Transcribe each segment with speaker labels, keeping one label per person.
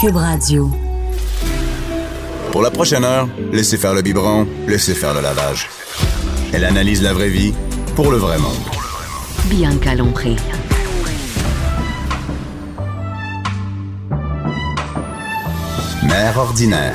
Speaker 1: Cube Radio.
Speaker 2: Pour la prochaine heure, laissez faire le biberon, laissez faire le lavage. Elle analyse la vraie vie pour le vrai monde.
Speaker 1: Bianca Lompré.
Speaker 2: Mère ordinaire.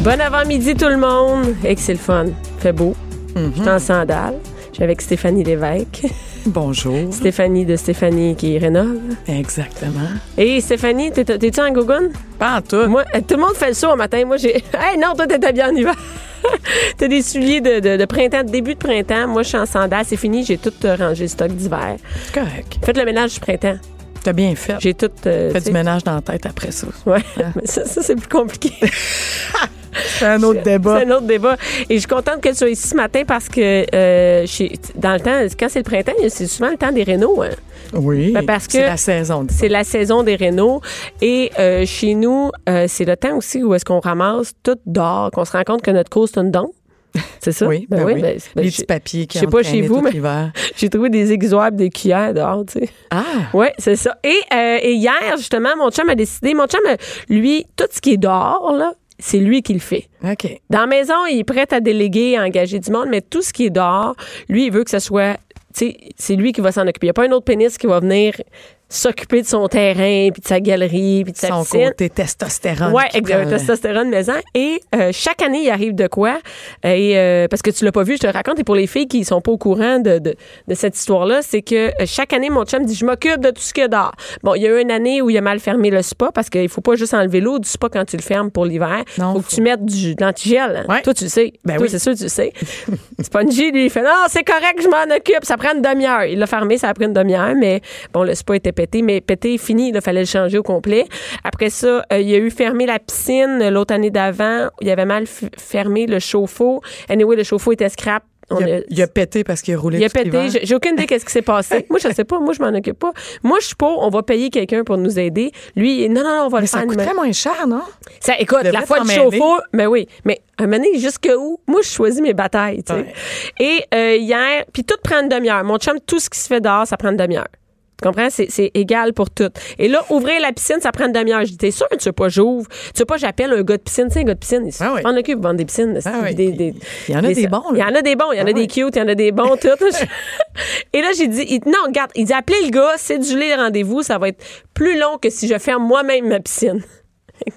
Speaker 3: Bon avant-midi tout le monde. Et que c'est le fun. Fait beau. Je suis en sandales. Je suis avec Stéphanie Lévesque.
Speaker 4: Bonjour.
Speaker 3: Stéphanie de Stéphanie qui rénove.
Speaker 4: Exactement.
Speaker 3: Et Stéphanie, t'es- t'es-tu en gougoune?
Speaker 4: Pas en tout.
Speaker 3: Moi, euh, tout le monde fait le saut au matin. Moi, j'ai. Hey, non, toi, t'étais bien en hiver. T'as des souliers de, de- de printemps, de début de printemps. Moi, je suis en sandales. C'est fini. J'ai tout euh, rangé le stock d'hiver.
Speaker 4: correct.
Speaker 3: Faites le ménage du printemps.
Speaker 4: T'as bien fait. J'ai
Speaker 3: J'ai tout. euh,
Speaker 4: fait
Speaker 3: tu sais-
Speaker 4: du ménage dans la tête après ça.
Speaker 3: Ouais. Mais ça, ça, c'est plus compliqué.
Speaker 4: C'est un autre débat.
Speaker 3: C'est un autre débat. Et je suis contente que tu sois ici ce matin parce que euh, chez- dans le temps, quand c'est le printemps, c'est souvent le temps des rénaux. hein.
Speaker 4: Oui.
Speaker 3: Ben, parce que-
Speaker 4: c'est la saison. disons.
Speaker 3: C'est la saison des rénaux. Et euh, chez nous, euh, c'est le temps aussi où est-ce qu'on ramasse tout d'or, qu'on se rend compte que notre cause, c'est une don. C'est ça?
Speaker 4: Oui, ben oui.
Speaker 3: ben, ben,
Speaker 4: les
Speaker 3: j'ai-
Speaker 4: petits papiers qui
Speaker 3: je sais pas
Speaker 4: entraînaient
Speaker 3: chez vous,
Speaker 4: tout
Speaker 3: mais-
Speaker 4: l'hiver.
Speaker 3: J'ai trouvé des exuables, des cuillères dehors, tu sais.
Speaker 4: Ah,
Speaker 3: Oui, c'est ça. Et, euh, et hier, justement, mon chum a décidé, mon chum, euh, lui, tout ce qui est dehors, là, c'est lui qui le fait.
Speaker 4: OK.
Speaker 3: Dans la maison, il est prêt à déléguer, à engager du monde, mais tout ce qui est dehors, lui, il veut que ce soit. tu sais, C'est lui qui va s'en occuper. Il n'y a pas un autre pénis qui va venir s'occuper de son terrain, puis de sa galerie, puis de sa
Speaker 4: Son
Speaker 3: piscine.
Speaker 4: côté testostérone.
Speaker 3: Ouais,
Speaker 4: qui
Speaker 3: exact,
Speaker 4: prend euh, le-
Speaker 3: testostérone maison. Et euh, chaque année, il arrive de quoi? Et, euh, parce que tu l'as pas vu, je te le raconte. Et pour les filles qui sont pas au courant de, de, de cette histoire-là, c'est que euh, chaque année, mon chum dit Je m'occupe de tout ce qu'il y a dehors. Bon, il y a eu une année où il a mal fermé le spa parce qu'il faut pas juste enlever l'eau du spa quand tu le fermes pour l'hiver.
Speaker 4: Non,
Speaker 3: faut que
Speaker 4: faut-
Speaker 3: tu mettes du, de l'antigel. hein.
Speaker 4: Ouais.
Speaker 3: Toi, tu le sais.
Speaker 4: Ben
Speaker 3: Toi,
Speaker 4: oui.
Speaker 3: c'est sûr, tu le sais. Spongy, lui, il fait Non, c'est correct, je m'en occupe. Ça prend une demi-heure. Il l'a fermé, ça a pris une demi-heure, mais bon, le spa était pété, mais pété, fini. Il fallait le changer au complet. Après ça, euh, il y a eu fermé la piscine euh, l'autre année d'avant. Il avait mal f- fermé le chauffe-eau. Anyway, le chauffe-eau était scrap. On
Speaker 4: Il
Speaker 3: a-
Speaker 4: a, il a pété parce qu'il a roulé
Speaker 3: il a
Speaker 4: tout l'hiver.
Speaker 3: pété. J'ai- J'ai aucune idée qu'est-ce qui s'est passé. Moi, je sais pas. Moi, je m'en occupe pas. Moi, je suis pour. On va payer quelqu'un pour nous aider. Lui, il- non, non, non, on va
Speaker 4: Mais
Speaker 3: le
Speaker 4: ça
Speaker 3: faire. nous-mêmes.
Speaker 4: coûterait moins cher, non?
Speaker 3: Ça, écoute,
Speaker 4: Devrait
Speaker 3: la fois
Speaker 4: t'en
Speaker 3: du
Speaker 4: mêler.
Speaker 3: chauffe-eau, mais oui, mais à un moment donné, jusque où? Moi, je choisis mes batailles, tu sais.
Speaker 4: Ouais.
Speaker 3: Et euh, hier, puis tout prend une demi-heure. Mon chum, tout ce qui se fait dehors, ça prend une demi-heure. Tu comprends? C'est, c'est égal pour tout. Et là, ouvrir la piscine, ça prend une demi-heure. Je dis, t'es sûr, tu veux pas j'ouvre? Tu veux pas j'appelle un gars de piscine? Tu sais, un gars de piscine, il
Speaker 4: Ah oui.
Speaker 3: s'en occupe, vendre des piscines. c'est-
Speaker 4: Ah oui.
Speaker 3: des- des-
Speaker 4: Il y en a des bons, là.
Speaker 3: Il y en a des bons, il y en a
Speaker 4: Ah
Speaker 3: des
Speaker 4: oui.
Speaker 3: cute, il y en a des bons, tout. Et là, j'ai dit, il- non, regarde, il dit, appelez le gars, cédulez le rendez-vous, ça va être plus long que si je ferme moi-même ma piscine.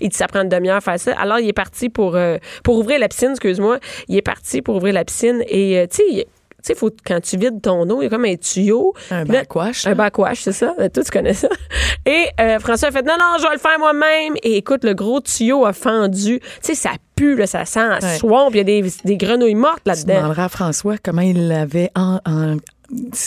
Speaker 3: il dit ça prend une demi-heure à faire ça. Alors il est parti pour euh, pour ouvrir la piscine, excuse-moi. Il est parti pour ouvrir la piscine et euh, tu sais il- tu sais, faut, quand tu vides ton eau, il y a comme un tuyau.
Speaker 4: Un
Speaker 3: Puis là-
Speaker 4: backwash,
Speaker 3: Un
Speaker 4: là.
Speaker 3: backwash, c'est ça. Euh, Toi, tu connais ça. Et euh, François a fait Non, non, je vais le faire moi-même. Et écoute, le gros tuyau a fendu. Tu sais, ça pue, là, ça sent à
Speaker 4: Ouais.
Speaker 3: swamp. Il y a des, des grenouilles mortes
Speaker 4: Tu
Speaker 3: là-dedans.
Speaker 4: demanderas à François comment il l'avait en... en-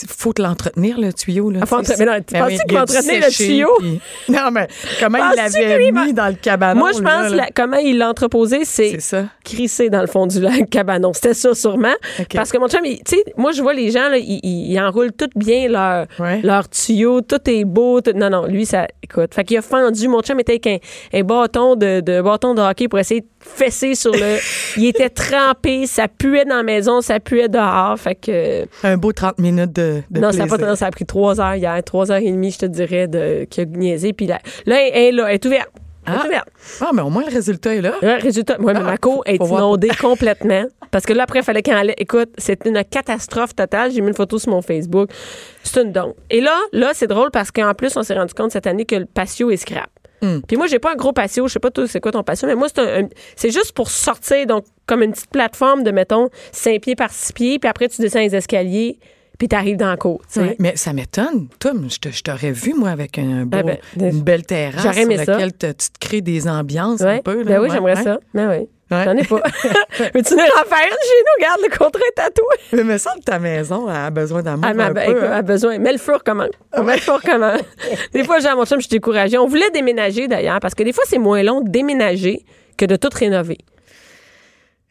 Speaker 4: faut l'entretenir, le tuyau. Là,
Speaker 3: Ah, faut
Speaker 4: tu sais,
Speaker 3: entre- mais non, tu
Speaker 4: Ben
Speaker 3: penses-tu
Speaker 4: oui,
Speaker 3: qu'il
Speaker 4: il a
Speaker 3: va
Speaker 4: dû
Speaker 3: entretenir le
Speaker 4: sécher,
Speaker 3: tuyau?
Speaker 4: puis- Non, mais comment il
Speaker 3: Penses-tu que
Speaker 4: l'avait
Speaker 3: lui va-
Speaker 4: mis dans le cabanon?
Speaker 3: Moi, je
Speaker 4: là,
Speaker 3: pense
Speaker 4: là?
Speaker 3: la- comment il l'a entreposé, c'est
Speaker 4: C'est ça.
Speaker 3: crissé dans le fond du lac Cabanon. C'était ça, sûrement.
Speaker 4: OK.
Speaker 3: Parce que mon chum, il- tu sais, moi, je vois les gens, là, ils, ils- ils enroulent tout bien leur,
Speaker 4: Ouais.
Speaker 3: leur tuyau, tout est beau. tout- Non, non, lui, ça. Écoute, fait qu'il a fendu. Mon chum était avec un, un bâton, de, de, bâton de hockey pour essayer de fesser sur le. il était trempé, ça puait dans la maison, ça puait dehors. Fait que.
Speaker 4: Un beau 30 minutes de, de
Speaker 3: non, ça a
Speaker 4: plaisir.
Speaker 3: pas non, ça a pris trois heures hier, trois heures et demie, je te dirais, de, qu'il a niaisé. Puis là, là, elle est là, elle est ouverte. Elle est
Speaker 4: Ah.
Speaker 3: ouverte.
Speaker 4: Ah, mais au moins, le résultat est là.
Speaker 3: Ouais, résultat, moi,
Speaker 4: Ah,
Speaker 3: ma cour est
Speaker 4: faut voir.
Speaker 3: inondée complètement. Parce que là, après, il fallait qu'elle allait. Écoute, c'est une catastrophe totale. J'ai mis une photo sur mon Facebook. C'est une don. Et là, là, c'est drôle parce qu'en plus, on s'est rendu compte cette année que le patio est scrap.
Speaker 4: Hmm.
Speaker 3: Puis moi, j'ai pas un gros patio. Je sais pas toi, c'est quoi ton patio, mais moi, c'est un- un- c'est juste pour sortir. Donc, comme une petite plateforme de, mettons, 5 pieds par 6 pieds. Puis après, tu descends les escaliers. Puis t'arrives dans la cour. tu sais.
Speaker 4: Ouais, mais ça m'étonne. Tom, je te- je t'aurais vu, moi, avec un beau-
Speaker 3: Ah ben,
Speaker 4: une belle terrasse
Speaker 3: j'aurais
Speaker 4: sur
Speaker 3: aimé ça.
Speaker 4: laquelle te- tu te crées des ambiances
Speaker 3: Ouais.
Speaker 4: un peu. Là,
Speaker 3: ben oui,
Speaker 4: ouais,
Speaker 3: j'aimerais
Speaker 4: ouais.
Speaker 3: ça. Ben oui.
Speaker 4: Ouais.
Speaker 3: J'en ai pas. Veux-tu venir en faire une chez nous? Regarde, le contrat est à toi.
Speaker 4: Mais me semble que ta maison a besoin d'amour.
Speaker 3: Ah, mais
Speaker 4: un
Speaker 3: elle,
Speaker 4: peu,
Speaker 3: écoute, elle
Speaker 4: hein. Ah
Speaker 3: a besoin. Mais le four comment? Mais le four comment? des fois, j'ai à mon chum, je suis découragée. On voulait déménager d'ailleurs, parce que des fois, c'est moins long de déménager que de tout rénover.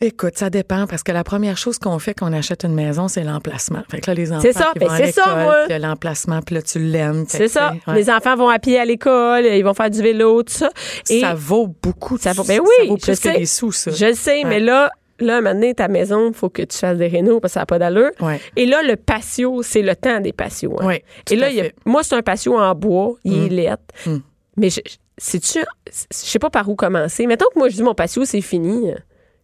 Speaker 4: Écoute, ça dépend parce que la première chose qu'on fait quand on achète une maison, c'est l'emplacement. Fait que là, les enfants
Speaker 3: C'est ça,
Speaker 4: qui
Speaker 3: ben
Speaker 4: vont à
Speaker 3: c'est ça,
Speaker 4: l'école,
Speaker 3: moi.
Speaker 4: puis il y a l'emplacement, puis là, tu l'aimes. Fait
Speaker 3: C'est
Speaker 4: que,
Speaker 3: ça.
Speaker 4: tu sais, ouais.
Speaker 3: Les enfants vont à pied à l'école, ils vont faire du vélo, tout ça. Et
Speaker 4: ça vaut beaucoup.
Speaker 3: ça vaut, ben
Speaker 4: Ça
Speaker 3: oui,
Speaker 4: vaut plus
Speaker 3: je sais.
Speaker 4: que des sous, ça.
Speaker 3: Je le sais, mais là, là, maintenant, ta maison, faut que tu fasses des rénaux parce que ça n'a pas d'allure.
Speaker 4: Ouais.
Speaker 3: Et là, le patio, c'est le temps des patios. hein.
Speaker 4: Ouais, tout
Speaker 3: Et là,
Speaker 4: à
Speaker 3: il y a-
Speaker 4: fait. Mm.
Speaker 3: moi, c'est un patio en bois, il est lettre. Mais je, tu je sais pas par où commencer. Mettons que moi, je dis mon patio, c'est fini.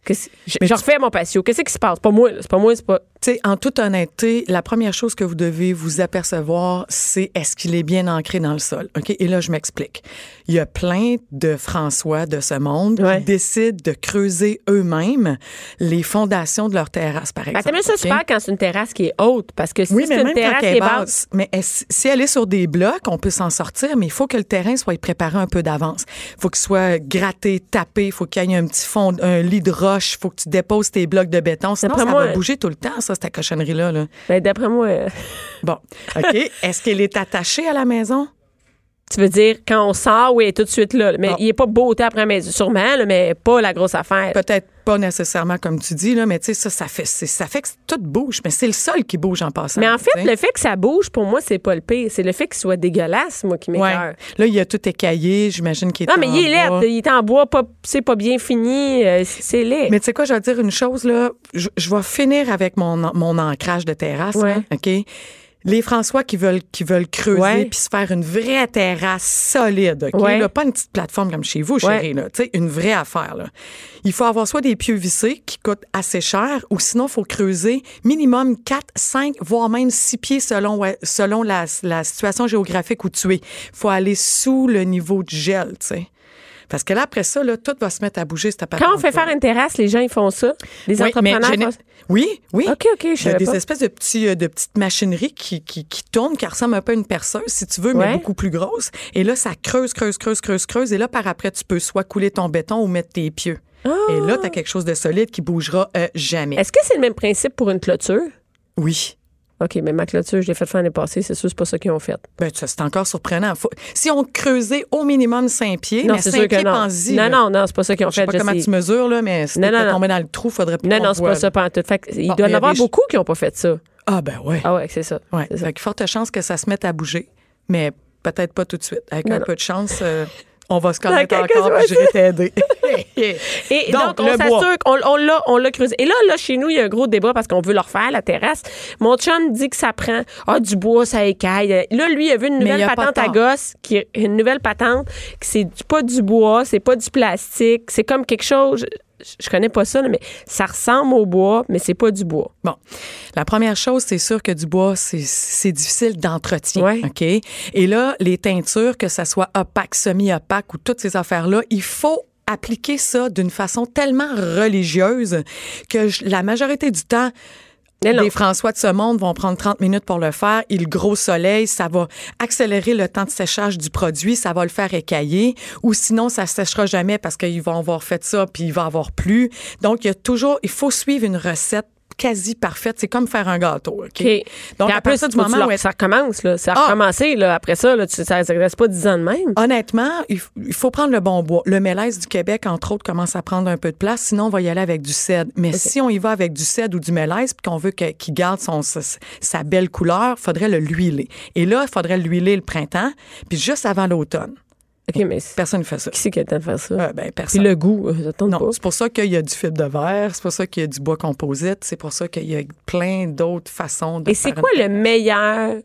Speaker 3: Que c'est- je,
Speaker 4: Mais
Speaker 3: je
Speaker 4: tu-
Speaker 3: refais mon patio. Qu'est-ce qui se passe? Pas moi, là. c'est pas moi, c'est pas.
Speaker 4: Tu sais, en toute honnêteté, la première chose que vous devez vous apercevoir, c'est est-ce qu'il est bien ancré dans le sol. OK? Et là, je m'explique. Il y a plein de François de ce monde
Speaker 3: Ouais.
Speaker 4: qui décident de creuser eux-mêmes les fondations de leur terrasse, par
Speaker 3: Ben,
Speaker 4: exemple.
Speaker 3: t'as même ça
Speaker 4: OK?
Speaker 3: super quand c'est une terrasse qui est haute. Parce que si
Speaker 4: Oui,
Speaker 3: c'est
Speaker 4: mais
Speaker 3: une
Speaker 4: même quand
Speaker 3: terrasse qui
Speaker 4: elle
Speaker 3: est
Speaker 4: est
Speaker 3: basse,
Speaker 4: basse, mais est-ce- si elle est sur des blocs, on peut s'en sortir, mais il faut que le terrain soit préparé un peu d'avance. Il faut qu'il soit gratté, tapé, il faut qu'il y ait un petit fond, un lit de roche, il faut que tu déposes tes blocs de béton, sinon
Speaker 3: D'après
Speaker 4: ça
Speaker 3: moi,
Speaker 4: va bouger tout le temps, ça, cette cochonnerie-là. là.
Speaker 3: ben, d'après moi, euh,
Speaker 4: Bon, OK. Est-ce qu'elle est attachée à la maison?
Speaker 3: tu veux dire, quand on sort, oui, tout de suite là. Mais
Speaker 4: Ah.
Speaker 3: il est pas beau temps après, mais sûrement, là, mais pas la grosse affaire.
Speaker 4: Peut-être pas nécessairement comme tu dis, là, mais tu sais, ça, ça fait, c'est- ça fait que tout bouge, mais c'est le sol qui bouge en passant.
Speaker 3: Mais en fait,
Speaker 4: tu sais.
Speaker 3: le fait que ça bouge, pour moi, c'est pas le pire. C'est le fait qu'il soit dégueulasse, moi, qui
Speaker 4: Ouais.
Speaker 3: m'écœure.
Speaker 4: Là, il y a tout écaillé, j'imagine qu'il est
Speaker 3: Non, mais
Speaker 4: en
Speaker 3: il est
Speaker 4: bois.
Speaker 3: laid. Il est en bois, pas, c'est pas bien fini. euh, c'est- c'est laid.
Speaker 4: Mais tu sais quoi, je vais te dire une chose, là. Je, je vais finir avec mon, en- mon ancrage de terrasse,
Speaker 3: Ouais.
Speaker 4: hein, OK? Les François qui veulent, qui veulent
Speaker 3: Ouais.
Speaker 4: creuser puis se faire une vraie terrasse solide, OK?
Speaker 3: Ouais.
Speaker 4: Là, pas une petite plateforme comme chez vous, chérie, là. Tu sais, une vraie affaire, là. Il faut avoir soit des pieux vissés qui coûtent assez cher ou sinon, il faut creuser minimum 4, 5, voire même 6 pieds selon, ouais, selon la, la situation géographique où tu es. faut aller sous le niveau du gel, tu sais. Parce que là, après ça, là, tout va se mettre à bouger, cette
Speaker 3: Quand on fait
Speaker 4: patente-là.
Speaker 3: faire une terrasse, les gens, ils font ça. Les
Speaker 4: Oui, mais
Speaker 3: entrepreneurs
Speaker 4: géné-
Speaker 3: font ça.
Speaker 4: Oui, oui.
Speaker 3: OK, OK, je
Speaker 4: Il y a
Speaker 3: savais
Speaker 4: des
Speaker 3: pas.
Speaker 4: espèces de, petits, euh, de petites machineries qui, qui, qui tournent, qui ressemblent un peu à une perceuse, si tu veux,
Speaker 3: Ouais.
Speaker 4: mais beaucoup plus grosse. Et là, ça creuse, creuse, creuse, creuse, creuse. Et là, par après, tu peux soit couler ton béton ou mettre tes pieux.
Speaker 3: Ah!
Speaker 4: Et là, tu as quelque chose de solide qui bougera euh, jamais.
Speaker 3: Est-ce que c'est le même principe pour une clôture?
Speaker 4: Oui.
Speaker 3: OK, mais ma clôture, je l'ai faite fin l'année passée. C'est sûr, c'est pas ça qu'ils ont fait.
Speaker 4: Ben, ça, c'est encore surprenant. Faut- Si on creusait au minimum 5 pieds,
Speaker 3: Non,
Speaker 4: mais
Speaker 3: c'est
Speaker 4: 5
Speaker 3: sûr que
Speaker 4: pieds,
Speaker 3: non.
Speaker 4: pense-y,
Speaker 3: Non,
Speaker 4: là.
Speaker 3: non, non, c'est pas ça qu'ils ont
Speaker 4: Je sais
Speaker 3: fait.
Speaker 4: pas
Speaker 3: je
Speaker 4: comment
Speaker 3: sais.
Speaker 4: tu mesures, là, mais si
Speaker 3: Non, non,
Speaker 4: t'étais
Speaker 3: non.
Speaker 4: tombé dans le trou, faudrait plus
Speaker 3: Non,
Speaker 4: qu'on
Speaker 3: non, c'est
Speaker 4: voit,
Speaker 3: pas
Speaker 4: là.
Speaker 3: ça pendant tout. Fait que il
Speaker 4: Bon,
Speaker 3: doit
Speaker 4: il
Speaker 3: y en
Speaker 4: y a
Speaker 3: avoir
Speaker 4: des-
Speaker 3: beaucoup qui n'ont pas fait ça.
Speaker 4: Ah, ben ouais.
Speaker 3: Ah ouais, c'est ça.
Speaker 4: Ouais.
Speaker 3: C'est ça.
Speaker 4: Fait que forte chance que ça se mette à bouger, mais peut-être pas tout de suite. Avec
Speaker 3: Non,
Speaker 4: un
Speaker 3: non.
Speaker 4: peu de chance, euh, on va se connaître
Speaker 3: quelques
Speaker 4: encore
Speaker 3: mois,
Speaker 4: puis je vais t'aider.
Speaker 3: Et donc, on
Speaker 4: le bois.
Speaker 3: s'assure qu'on on l'a, on l'a creusé. Et là, là, chez nous, il y a un gros débat parce qu'on veut le refaire, la terrasse. Mon chum dit que ça prend ah, du bois, ça écaille. Là, lui, il a vu une
Speaker 4: il
Speaker 3: nouvelle
Speaker 4: y a pas
Speaker 3: patente à
Speaker 4: tort.
Speaker 3: gosse, qui est une nouvelle patente, que c'est du- pas du bois, c'est pas du plastique, c'est comme quelque chose. Je, je connais pas ça, là, mais ça ressemble au bois, mais c'est pas du bois.
Speaker 4: Bon, la première chose, c'est sûr que du bois, c'est- c'est difficile d'entretien.
Speaker 3: Ouais.
Speaker 4: OK? Et là, les teintures, que ça soit opaque, semi-opaque ou toutes ces affaires-là, il faut appliquer ça d'une façon tellement religieuse que je- la majorité du temps,
Speaker 3: Mais non.
Speaker 4: les François de ce monde vont prendre 30 minutes pour le faire. Il gros soleil, ça va accélérer le temps de séchage du produit, ça va le faire écailler, ou sinon ça séchera jamais parce qu'ils vont avoir fait ça puis il va avoir plu. Donc il y a toujours, il faut suivre une recette quasi parfaite. C'est comme faire un gâteau, ok.
Speaker 3: OK.
Speaker 4: Donc
Speaker 3: Puis
Speaker 4: à
Speaker 3: en plus,
Speaker 4: partir du
Speaker 3: faut que tu
Speaker 4: moment
Speaker 3: leur-
Speaker 4: où elle-
Speaker 3: ça recommence, là. Ça a
Speaker 4: Ah!
Speaker 3: recommencé, là. Après ça, là, tu, ça ne reste pas 10 ans de même.
Speaker 4: Honnêtement, il f- il faut prendre le bon bois. Le mélèze du Québec, entre autres, commence à prendre un peu de place. Sinon, on va y aller avec du cèdre. Mais si on y va avec du cèdre ou du mélèze, puis qu'on veut que- qu'il garde son, sa, sa belle couleur, faudrait le l'huiler. Et là, il faudrait l'huiler le printemps, puis juste avant l'automne.
Speaker 3: OK, mais c'est-
Speaker 4: Personne ne fait ça.
Speaker 3: qui c'est qui a le temps de faire ça?
Speaker 4: Euh, ben,
Speaker 3: Puis
Speaker 4: personne.
Speaker 3: le goût, euh, ça tente pas.
Speaker 4: Non, c'est pour ça qu'il y a du fibre de verre, c'est pour ça qu'il y a du bois composite, c'est pour ça qu'il y a plein d'autres façons de
Speaker 3: Et c'est
Speaker 4: faire
Speaker 3: quoi
Speaker 4: une-
Speaker 3: le meilleur,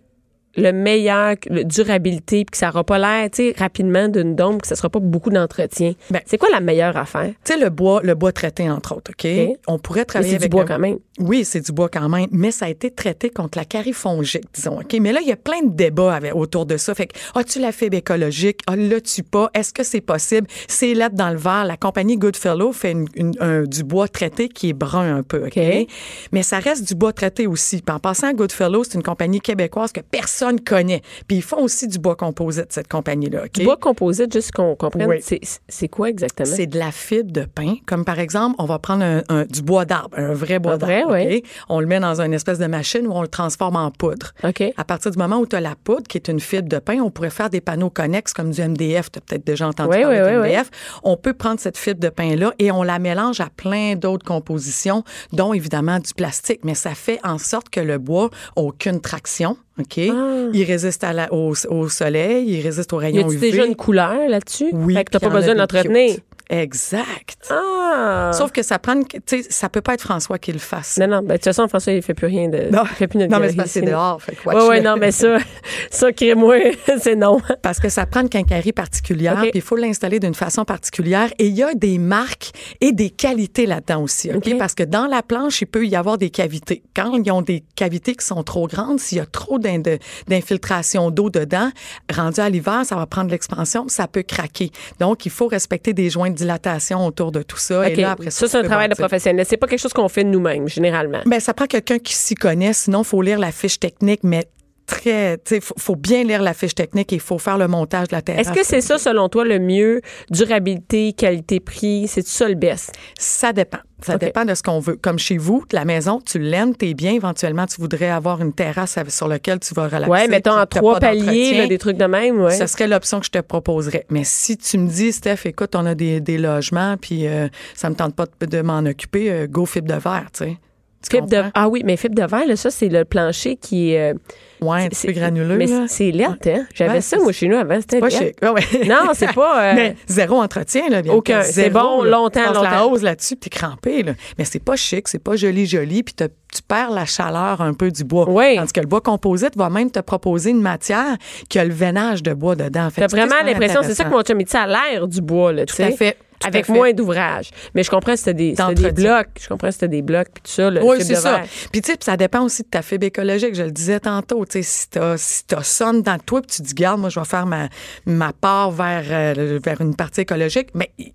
Speaker 3: le meilleur, le durabilité, puis que ça n'aura pas l'air, tu sais, rapidement d'une dôme, que ça ne sera pas beaucoup d'entretien?
Speaker 4: Ben,
Speaker 3: c'est quoi la meilleure affaire?
Speaker 4: Tu sais, le bois, le bois traité, entre autres,
Speaker 3: OK.
Speaker 4: OK? On pourrait
Speaker 3: Mais
Speaker 4: travailler
Speaker 3: c'est du
Speaker 4: avec
Speaker 3: bois
Speaker 4: le-
Speaker 3: quand même.
Speaker 4: Oui, c'est du bois quand même, mais ça a été traité contre la carie fongique, disons. OK? Mais là, il y a plein de débats avec- autour de ça. Fait que, as-tu la fibre écologique? Ah, l'as-tu pas? Est-ce que c'est possible? C'est lettre dans le verre. La compagnie Goodfellow fait une- une- un- du bois traité qui est brun un peu. OK?
Speaker 3: OK.
Speaker 4: Mais ça reste du bois traité aussi. Puis en passant, Goodfellow, c'est une compagnie québécoise que personne personne connaît. Puis ils font aussi du bois composite, cette compagnie-là. OK?
Speaker 3: Du bois composite, juste qu'on comprenne,
Speaker 4: Oui.
Speaker 3: c'est- c'est quoi exactement?
Speaker 4: C'est de la fibre de pain. Comme par exemple, on va prendre un- un- du bois d'arbre, un vrai bois
Speaker 3: Un vrai,
Speaker 4: d'arbre.
Speaker 3: oui.
Speaker 4: OK? On le met dans une espèce de machine où on le transforme en poudre.
Speaker 3: OK.
Speaker 4: À partir du moment où tu as la poudre, qui est une fibre de pain, on pourrait faire des panneaux connexes comme du MDF. Tu as peut-être déjà entendu
Speaker 3: Oui,
Speaker 4: parler
Speaker 3: oui,
Speaker 4: de
Speaker 3: oui,
Speaker 4: MDF. On peut prendre cette fibre de pain-là et on la mélange à plein d'autres compositions, dont évidemment du plastique. Mais ça fait en sorte que le bois n'a aucune traction. OK? Il résiste à la- au, au soleil, il résiste aux
Speaker 3: Ah. Y
Speaker 4: rayons
Speaker 3: a-tu
Speaker 4: UV.
Speaker 3: déjà une couleur là-dessus?
Speaker 4: Oui.
Speaker 3: Fait que t'as
Speaker 4: puis
Speaker 3: pas
Speaker 4: il y en a
Speaker 3: besoin de
Speaker 4: des
Speaker 3: l'entretenir.
Speaker 4: cute. Exact.
Speaker 3: Ah!
Speaker 4: Sauf que ça prend, une- tu sais, ça peut pas être François qui le fasse.
Speaker 3: Non, non, ben, de toute façon, François, il fait plus rien de.
Speaker 4: Non.
Speaker 3: il fait plus notre
Speaker 4: Non, mais
Speaker 3: galerie,
Speaker 4: c'est parce que c'est
Speaker 3: fini.
Speaker 4: dehors, fait que
Speaker 3: Ouais,
Speaker 4: watch-le.
Speaker 3: ouais, non, mais ça, ça, crée-moi, c'est non.
Speaker 4: Parce que ça prend une quincaillerie particulière,
Speaker 3: OK.
Speaker 4: puis il faut l'installer d'une façon particulière. Et il y a des marques et des qualités là-dedans aussi, OK?
Speaker 3: OK.
Speaker 4: Parce que dans la planche, il peut y avoir des cavités. Quand ils ont des cavités qui sont trop grandes, s'il y a trop d'in- de- d'infiltration d'eau dedans, rendu à l'hiver, ça va prendre l'expansion, ça peut craquer. Donc, il faut respecter des joints de dilatation autour de tout ça. Et
Speaker 3: OK.
Speaker 4: là, après ça,
Speaker 3: ça,
Speaker 4: tu
Speaker 3: c'est un
Speaker 4: peux
Speaker 3: travail de
Speaker 4: bâtir.
Speaker 3: professionnel. C'est pas quelque chose qu'on fait nous-mêmes, généralement.
Speaker 4: Ben, ça prend quelqu'un qui s'y connaît, sinon faut lire la fiche technique, mais très, tu sais, faut, faut bien lire la fiche technique et il faut faire le montage de la terrasse.
Speaker 3: Est-ce que c'est ça, selon toi, le mieux? Durabilité, qualité, prix, c'est ça le best?
Speaker 4: ça dépend? Ça
Speaker 3: OK.
Speaker 4: dépend de ce qu'on veut. Comme chez vous, la maison, tu l'aines, t'es bien. Éventuellement, tu voudrais avoir une terrasse avec- sur laquelle tu vas relaxer.
Speaker 3: Ouais, mettons
Speaker 4: tu-
Speaker 3: en
Speaker 4: t'as
Speaker 3: trois
Speaker 4: pas d'entretien.
Speaker 3: paliers, là, des trucs de même, ouais.
Speaker 4: Ce serait l'option que je te proposerais. Mais si tu me dis, Steph, écoute, on a des, des logements, puis euh, ça me tente pas de, de m'en occuper, euh, go fibre de verre, tu sais. Tu
Speaker 3: Fibre de...
Speaker 4: comprends?
Speaker 3: Ah oui, mais fibre de verre, là, ça, c'est le plancher qui est. euh,
Speaker 4: Ouais, un petit peu granuleux.
Speaker 3: Mais
Speaker 4: là.
Speaker 3: c'est lettre, hein? J'avais
Speaker 4: Ouais,
Speaker 3: ça, moi, chez nous, avant. C'était
Speaker 4: Pas
Speaker 3: lettre.
Speaker 4: chic. Ah Ouais, ouais.
Speaker 3: Non, c'est pas. euh,
Speaker 4: Mais zéro entretien, là, bien
Speaker 3: Aucun. C'est bon, longtemps,
Speaker 4: la
Speaker 3: longtemps.
Speaker 4: hausse là-dessus, puis t'es crampé, là. Mais c'est pas chic, c'est pas joli, joli, puis t'as- tu perds la chaleur un peu du bois.
Speaker 3: Oui.
Speaker 4: Tandis que le bois composite va même te proposer une matière qui a le veinage de bois dedans. Fait
Speaker 3: T'as
Speaker 4: que c'est
Speaker 3: vraiment
Speaker 4: extrêmement
Speaker 3: l'impression, c'est ça que
Speaker 4: intéressant.
Speaker 3: mon chum il dit, ça a l'air du bois, là, tu sais.
Speaker 4: à fait, tout à
Speaker 3: avec
Speaker 4: fait.
Speaker 3: moins d'ouvrage. Mais je comprends que c'était des, c'était des
Speaker 4: D'entretien.
Speaker 3: blocs. Je comprends que c'était des blocs, puis tout ça, le
Speaker 4: Oui,
Speaker 3: type
Speaker 4: c'est
Speaker 3: de
Speaker 4: ça.
Speaker 3: verre.
Speaker 4: Puis tu sais, puis ça dépend aussi de ta fibre écologique. Je le disais tantôt, tu sais, si t'as si t'as sonne dans toi, puis tu dis, garde, moi, je vais faire ma, ma part vers, euh, vers une partie écologique, mais il-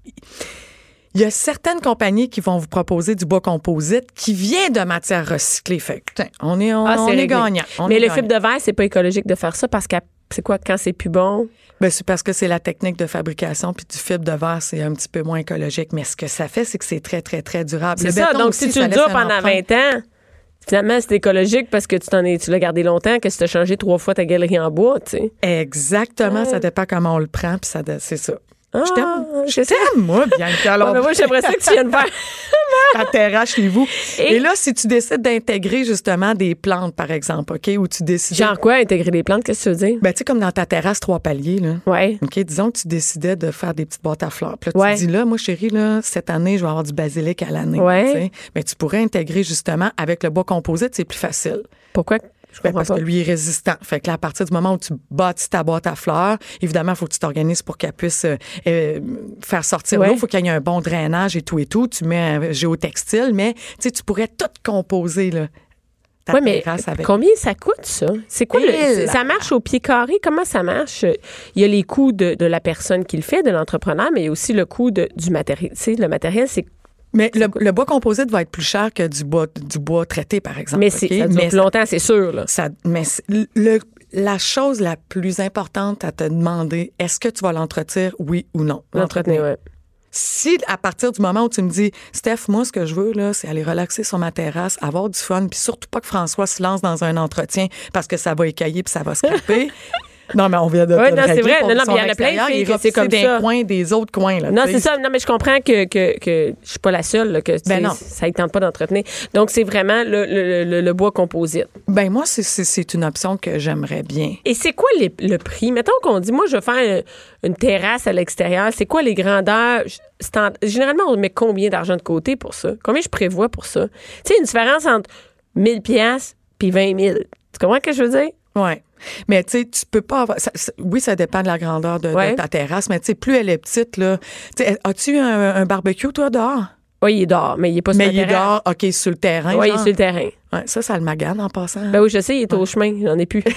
Speaker 4: il y a certaines compagnies qui vont vous proposer du bois composite qui vient de matière recyclée. Fait que, putain, on est, on,
Speaker 3: Ah,
Speaker 4: on
Speaker 3: c'est
Speaker 4: est
Speaker 3: réglé.
Speaker 4: gagnant. On
Speaker 3: Mais
Speaker 4: est
Speaker 3: le
Speaker 4: gagnant.
Speaker 3: fibre de verre, c'est pas écologique de faire ça parce que c'est quoi, quand c'est plus bon?
Speaker 4: Ben, c'est parce que c'est la technique de fabrication, puis du fibre de verre, c'est un petit peu moins écologique. Mais ce que ça fait, c'est que c'est très, très, très durable.
Speaker 3: C'est
Speaker 4: Le
Speaker 3: ça.
Speaker 4: béton
Speaker 3: Donc,
Speaker 4: aussi,
Speaker 3: si tu
Speaker 4: ça
Speaker 3: le
Speaker 4: laisse
Speaker 3: dures
Speaker 4: une
Speaker 3: pendant
Speaker 4: empreinte.
Speaker 3: 20 ans, finalement, c'est écologique parce que tu t'en es, tu l'as gardé longtemps, que tu t'as changé trois fois ta galerie en bois, tu sais.
Speaker 4: Exactement, ça dépend comment on le prend, puis ça, de- c'est ça.
Speaker 3: Ah,
Speaker 4: je t'aime, je
Speaker 3: c'est ça.
Speaker 4: t'aime, moi, Bianca.
Speaker 3: Ouais, mais moi, j'aimerais ça que tu viennes faire.
Speaker 4: ta terrasse chez vous. Et,
Speaker 3: Et-
Speaker 4: là, si tu décides d'intégrer justement des plantes, par exemple, OK, ou tu décides.
Speaker 3: Genre quoi, intégrer des plantes, qu'est-ce que tu veux dire?
Speaker 4: Ben, tu sais, comme dans ta terrasse, trois paliers, là.
Speaker 3: Ouais.
Speaker 4: OK, disons que tu décidais de faire des petites boîtes à fleurs. Puis là, tu
Speaker 3: Ouais.
Speaker 4: te dis, là, moi, chérie, là, cette année, je vais avoir du basilic à l'année.
Speaker 3: Ouais.
Speaker 4: tu sais. Mais tu pourrais intégrer justement avec le bois composite, c'est plus facile.
Speaker 3: Pourquoi? Je
Speaker 4: Ben,
Speaker 3: comprends
Speaker 4: parce
Speaker 3: pas.
Speaker 4: que lui est résistant. Fait que là, à partir du moment où tu bâtis ta boîte à fleurs, évidemment, il faut que tu t'organises pour qu'elle puisse euh, euh, faire sortir
Speaker 3: Ouais.
Speaker 4: l'eau. Il faut qu'il y ait un bon drainage et tout et tout. Tu mets un géotextile, mais tu sais, tu pourrais tout composer, là. Ta
Speaker 3: Oui, mais
Speaker 4: terrasse avec.
Speaker 3: combien ça coûte, ça? C'est quoi le-
Speaker 4: Elle.
Speaker 3: c'est- Ça marche au pied carré? Comment ça marche? Il y a les coûts de, de la personne qui le fait, de l'entrepreneur, mais il y a aussi le coût de- du matériel. Tu sais, le matériel, c'est.
Speaker 4: Mais le, le bois composite va être plus cher que du bois, du bois traité, par exemple.
Speaker 3: Ah, Mais c'est
Speaker 4: OK?
Speaker 3: ça dure
Speaker 4: Mais
Speaker 3: plus longtemps, c'est sûr, là.
Speaker 4: ça- mais c'est- le, la chose la plus importante à te demander, est-ce que tu vas l'entretenir, oui ou non?
Speaker 3: L'entretenir, ouais.
Speaker 4: si à partir du moment où tu me dis Steph, moi ce que je veux là, c'est aller relaxer sur ma terrasse, avoir du fun, puis surtout pas que François se lance dans un entretien parce que ça va écailler puis ça va scraper. non mais on vient de
Speaker 3: Ouais,
Speaker 4: te
Speaker 3: non, c'est
Speaker 4: régler
Speaker 3: vrai.
Speaker 4: pour
Speaker 3: Non, non,
Speaker 4: son
Speaker 3: mais il y en a plein de
Speaker 4: extérieur,
Speaker 3: filles
Speaker 4: il
Speaker 3: que
Speaker 4: ira
Speaker 3: c'est
Speaker 4: pisser
Speaker 3: comme
Speaker 4: d'un
Speaker 3: ça.
Speaker 4: coin des autres coins là.
Speaker 3: Non,
Speaker 4: tu sais.
Speaker 3: c'est ça. Non, mais je comprends que, que, que je suis pas la seule, là, que tu
Speaker 4: Ben
Speaker 3: sais,
Speaker 4: non.
Speaker 3: ça ne tente pas d'entretenir. Donc, c'est vraiment le, le- le- le bois composite.
Speaker 4: Ben moi c'est- c'est c'est une option que j'aimerais bien.
Speaker 3: Et c'est quoi les- le prix? Mettons qu'on dit, moi, je veux faire euh, une, une terrasse à l'extérieur. C'est quoi les grandeurs? Je- stand- Généralement, on met combien d'argent de côté pour ça? Combien je prévois pour ça? Tu sais, une différence entre 1000 pièces puis 20 000. Tu comprends ce que je veux dire?
Speaker 4: Ouais. Mais tu sais, tu peux pas avoir. ça- ça- oui, ça dépend de la grandeur de, de
Speaker 3: Ouais.
Speaker 4: ta terrasse, mais tu sais, plus elle est petite, là. Tu sais, as-tu un, un barbecue, toi, dehors?
Speaker 3: Oui, il est dehors, mais il est pas
Speaker 4: Mais
Speaker 3: sur
Speaker 4: il
Speaker 3: la
Speaker 4: est
Speaker 3: terrasse.
Speaker 4: dehors, OK, sur le terrain.
Speaker 3: Oui, il est
Speaker 4: genre.
Speaker 3: sur le terrain.
Speaker 4: Ouais, ça, ça le magane en passant.
Speaker 3: Ben oui, je sais, il est au chemin. J'en ai plus.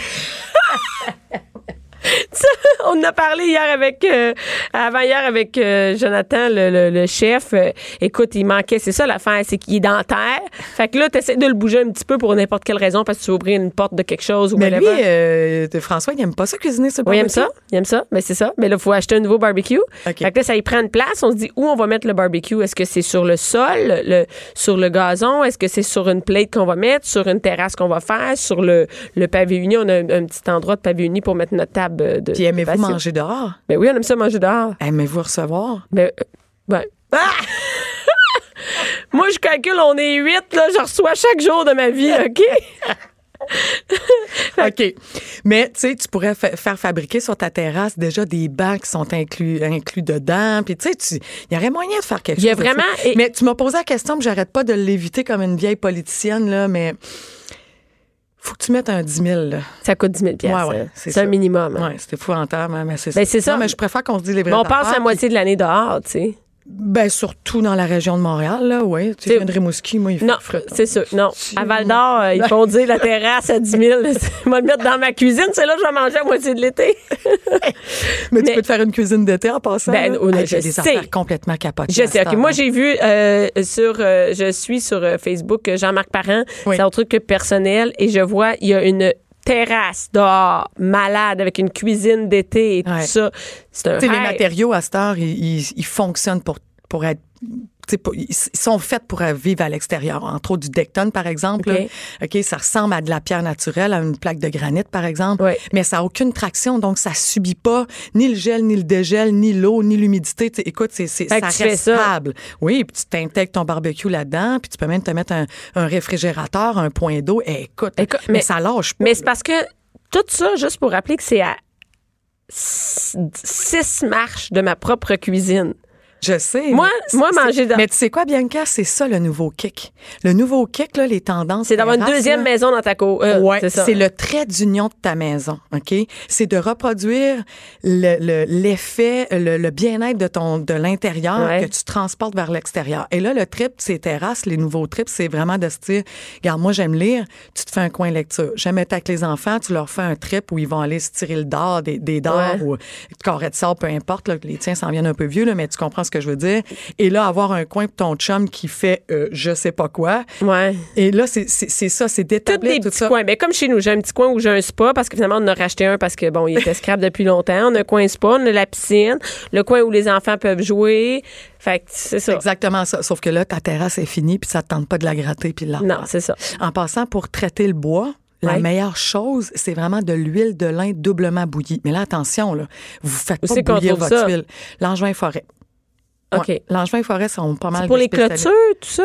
Speaker 3: Ça, on on en a parlé hier avec, euh, avant hier avec euh, Jonathan, le, le- le chef. Euh, écoute, il manquait, c'est ça l'affaire, c'est qu'il est dentaire. Fait que là, t'essaies de le bouger un petit peu pour n'importe quelle raison, parce que tu veux ouvrir une porte de quelque chose ou
Speaker 4: Mais lui,
Speaker 3: whatever.
Speaker 4: euh, de- François, il aime pas ça cuisiner sur le
Speaker 3: Oui, il aime
Speaker 4: barbecue.
Speaker 3: ça. Il aime ça. Mais c'est ça. Mais là, il faut acheter un nouveau barbecue.
Speaker 4: OK.
Speaker 3: Fait que là, ça y prend une place. On se dit où on va mettre le barbecue. Est-ce que c'est sur le sol, le, sur le gazon? Est-ce que c'est sur une plate qu'on va mettre, sur une terrasse qu'on va faire, sur le, le pavé uni? On a un, un petit endroit de pavé uni pour mettre notre table euh, de.
Speaker 4: Puis
Speaker 3: de
Speaker 4: aimez-vous
Speaker 3: patio.
Speaker 4: manger dehors?
Speaker 3: Ben oui, on aime ça manger dehors.
Speaker 4: Aimez-vous recevoir?
Speaker 3: Ben, euh, ben.
Speaker 4: Ah!
Speaker 3: Moi, je calcule, on est huit, là. Je reçois chaque jour de ma vie, OK?
Speaker 4: OK. Mais tu sais, tu pourrais fa- faire fabriquer sur ta terrasse déjà des bancs qui sont inclus, inclus dedans. Puis tu sais, tu- il y aurait moyen de faire quelque
Speaker 3: Il
Speaker 4: chose.
Speaker 3: y a
Speaker 4: de fou.
Speaker 3: vraiment- et-
Speaker 4: Mais tu m'as posé la question, puis j'arrête pas de l'éviter comme une vieille politicienne, là, mais faut que tu mettes un 10 000. là.
Speaker 3: Ça coûte 10 000
Speaker 4: Ouais, ouais,
Speaker 3: hein.
Speaker 4: c'est
Speaker 3: C'est un
Speaker 4: ça.
Speaker 3: minimum. hein.
Speaker 4: Ouais, c'est épouvantable, hein, mais c'est
Speaker 3: Ben, c'est ça.
Speaker 4: Non, mais je préfère qu'on se dise les vraies
Speaker 3: Mais on passe la
Speaker 4: affaires,
Speaker 3: moitié de l'année dehors, tu sais.
Speaker 4: puis- Ben, surtout dans la région de Montréal, là, oui. Tu
Speaker 3: C'est-
Speaker 4: viens de Rimouski, moi, il fait
Speaker 3: Non,
Speaker 4: frais.
Speaker 3: c'est sûr. Non. À Val d'Or, euh, ils font dire la terrasse à 10 000. Ils vont le mettre dans ma cuisine. C'est là que je vais manger à moitié de l'été.
Speaker 4: Mais, tu
Speaker 3: mais-
Speaker 4: peux te faire une cuisine d'été en passant.
Speaker 3: Ben,
Speaker 4: là.
Speaker 3: oh, non,
Speaker 4: Hey, j'ai
Speaker 3: je
Speaker 4: des
Speaker 3: sais.
Speaker 4: affaires complètement capotées.
Speaker 3: Je
Speaker 4: à
Speaker 3: sais.
Speaker 4: cette
Speaker 3: OK. Moi,
Speaker 4: heure.
Speaker 3: j'ai vu euh, sur. euh, je suis sur euh, Facebook euh, Jean-Marc Parent.
Speaker 4: Oui.
Speaker 3: C'est un truc personnel. Et je vois, il y a une terrasse dehors, malade, avec une cuisine d'été et tout
Speaker 4: Ouais.
Speaker 3: ça. C'est un
Speaker 4: Tu sais, les
Speaker 3: rêve.
Speaker 4: matériaux à cette heure, ils, ils- ils fonctionnent pour, pour être. tu sais, pour- ils ils sont faits pour vivre à l'extérieur. Entre autres, du Decton, par exemple.
Speaker 3: OK.
Speaker 4: là. OK, ça ressemble à de la pierre naturelle, à une plaque de granit, par exemple.
Speaker 3: Ouais.
Speaker 4: Mais ça n'a aucune traction, donc ça subit pas ni le gel, ni le dégel, ni l'eau, ni l'humidité. Tu sais, Écoute, c'est, c'est-
Speaker 3: Fait
Speaker 4: ça
Speaker 3: que tu fais
Speaker 4: reste
Speaker 3: ça.
Speaker 4: stable. Oui, puis tu t'intègres ton barbecue là-dedans, puis tu peux même te mettre un, un réfrigérateur, un point d'eau. Eh, écoute,
Speaker 3: Écoute,
Speaker 4: mais,
Speaker 3: mais-
Speaker 4: ça lâche pas.
Speaker 3: Mais c'est parce que tout ça, juste pour rappeler que c'est à six six marches de ma propre cuisine.
Speaker 4: Je sais.
Speaker 3: Moi-
Speaker 4: mais-
Speaker 3: moi,
Speaker 4: c'est-
Speaker 3: manger dans-
Speaker 4: Mais tu sais quoi, Bianca, c'est ça le nouveau kick. Le nouveau kick, là, les tendances.
Speaker 3: C'est d'avoir une
Speaker 4: terrasses,
Speaker 3: deuxième
Speaker 4: là.
Speaker 3: maison dans ta cour. Euh,
Speaker 4: Ouais,
Speaker 3: c'est ça.
Speaker 4: c'est le trait d'union de ta maison, OK? C'est de reproduire le- le- l'effet, le, le bien-être de ton de l'intérieur
Speaker 3: Ouais.
Speaker 4: que tu transportes vers l'extérieur. Et là, le trip, ces terrasses, les nouveaux trips, c'est vraiment de se dire, regarde, moi, j'aime lire, tu te fais un coin lecture. J'aime être avec les enfants, tu leur fais un trip où ils vont aller se tirer le dard, des, des dards
Speaker 3: Ouais.
Speaker 4: ou euh, carré de sable, peu importe, là, les tiens s'en viennent un peu vieux, là, mais tu comprends ce que je veux dire. Et là, avoir un coin pour ton chum qui fait euh, je sais pas quoi.
Speaker 3: Ouais.
Speaker 4: Et là, c'est c'est- c'est ça, c'est
Speaker 3: Toutes
Speaker 4: d'établir
Speaker 3: des
Speaker 4: tout
Speaker 3: petits
Speaker 4: ça.
Speaker 3: coins. Ben, comme chez nous, j'ai un petit coin où j'ai un spa parce que finalement, on en a racheté un parce que bon, il était scrap depuis longtemps. On a un coin spa, on a la piscine, le coin où les enfants peuvent jouer. Fait que c'est ça.
Speaker 4: Exactement ça. Sauf que là, ta terrasse est finie, puis ça te tente pas de la gratter, puis de la
Speaker 3: Non,
Speaker 4: refaire.
Speaker 3: c'est ça.
Speaker 4: En passant, pour traiter le bois, la
Speaker 3: Ouais.
Speaker 4: meilleure chose, c'est vraiment de l'huile de lin doublement bouillie. Mais là, attention, là, vous faites
Speaker 3: Où
Speaker 4: pas
Speaker 3: c'est qu'on
Speaker 4: bouillir
Speaker 3: trouve
Speaker 4: votre
Speaker 3: ça?
Speaker 4: huile. L'angevin forêt.
Speaker 3: OK.
Speaker 4: Ouais. L'angevin forêt sont pas mal
Speaker 3: C'est pour
Speaker 4: des
Speaker 3: les
Speaker 4: spécialistes.
Speaker 3: clôtures, tout ça.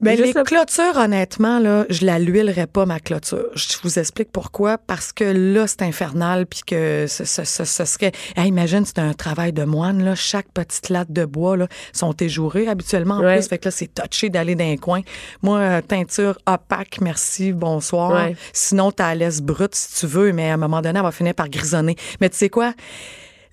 Speaker 4: Ben,
Speaker 3: Juste
Speaker 4: les
Speaker 3: le-
Speaker 4: clôtures, honnêtement, là, je la l'huilerais pas, ma clôture. Je vous explique pourquoi. Parce que là, c'est infernal, puis que ce, ce- ce- ce serait... Hey, imagine, c'est un travail de moine, là. Chaque petite latte de bois, là, sont éjourées habituellement. En
Speaker 3: Ouais.
Speaker 4: plus, fait que là, c'est touché d'aller dans un coin. Moi, euh, teinture opaque, merci, bonsoir.
Speaker 3: Ouais.
Speaker 4: Sinon, t'as la laisse brute, si tu veux, mais à un moment donné, elle va finir par grisonner. Mais tu sais quoi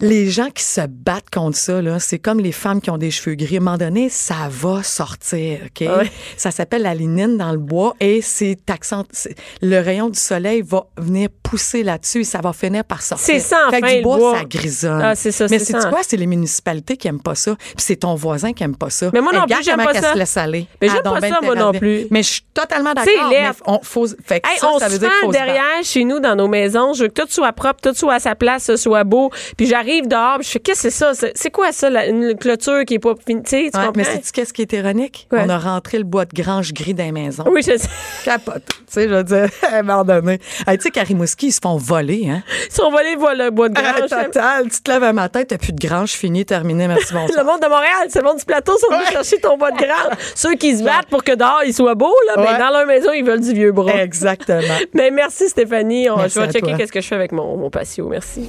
Speaker 4: les gens qui se battent contre ça, là, c'est comme les femmes qui ont des cheveux gris. À un moment donné, ça va sortir, OK?
Speaker 3: Ah Ouais.
Speaker 4: Ça s'appelle la lignine dans le bois et c'est accent... c'est- le rayon du soleil va venir pousser là-dessus et ça va finir par sortir.
Speaker 3: C'est ça,
Speaker 4: Fait que
Speaker 3: enfin,
Speaker 4: du
Speaker 3: le
Speaker 4: bois,
Speaker 3: bois.
Speaker 4: ça grisonne.
Speaker 3: Ah, c'est ça,
Speaker 4: Mais
Speaker 3: c'est
Speaker 4: c'est
Speaker 3: ça.
Speaker 4: quoi? C'est les municipalités qui aiment pas ça. Puis c'est ton voisin qui aime pas ça.
Speaker 3: Mais moi non
Speaker 4: Regarde
Speaker 3: plus, j'aime
Speaker 4: comment
Speaker 3: pas
Speaker 4: qu'elle
Speaker 3: ça.
Speaker 4: se laisse aller.
Speaker 3: Mais
Speaker 4: Elle
Speaker 3: j'aime
Speaker 4: a donc
Speaker 3: pas
Speaker 4: bien
Speaker 3: ça,
Speaker 4: de
Speaker 3: moi non
Speaker 4: terrasse.
Speaker 3: plus.
Speaker 4: Mais je suis totalement d'accord.
Speaker 3: C'est laid.
Speaker 4: mais on, faut, se- fait que
Speaker 3: Hey,
Speaker 4: ça,
Speaker 3: on
Speaker 4: ça
Speaker 3: se
Speaker 4: veut dire qu'il
Speaker 3: fend
Speaker 4: faut se battre.
Speaker 3: derrière chez nous dans nos maisons. Je veux que tout soit propre, tout soit à sa place, ce soit beau. Puis j'arrive dehors, puis je fais qu'est-ce que c'est ça C'est- C'est quoi ça la- Une clôture qui est pas finie, tu sais, tu
Speaker 4: Ouais,
Speaker 3: comprends
Speaker 4: mais c'est qu'est-ce qui est ironique?
Speaker 3: Ouais.
Speaker 4: On a rentré le bois de grange gris dans les maisons.
Speaker 3: Oui, je sais.
Speaker 4: capote. Tu sais, je veux dire, à un moment donné. Hey, tu sais qu'à Rimouski, ils se font voler, hein?
Speaker 3: Ils sont volés voir le bois de
Speaker 4: Ah,
Speaker 3: grange.
Speaker 4: total. Tu te lèves un matin, t'as plus de grange, fini, terminé, merci,
Speaker 3: Le
Speaker 4: bonsoir.
Speaker 3: monde de Montréal, c'est le monde du plateau, sont venus chercher ton bois de grange. Ceux qui se battent pour que dehors il soit beau, là,
Speaker 4: Ouais.
Speaker 3: mais dans leur maison, ils veulent du vieux bras.
Speaker 4: Exactement.
Speaker 3: Mais merci Stéphanie. On-
Speaker 4: Merci
Speaker 3: je vais
Speaker 4: à
Speaker 3: checker
Speaker 4: toi.
Speaker 3: qu'est-ce que je fais avec mon, mon patio. Merci.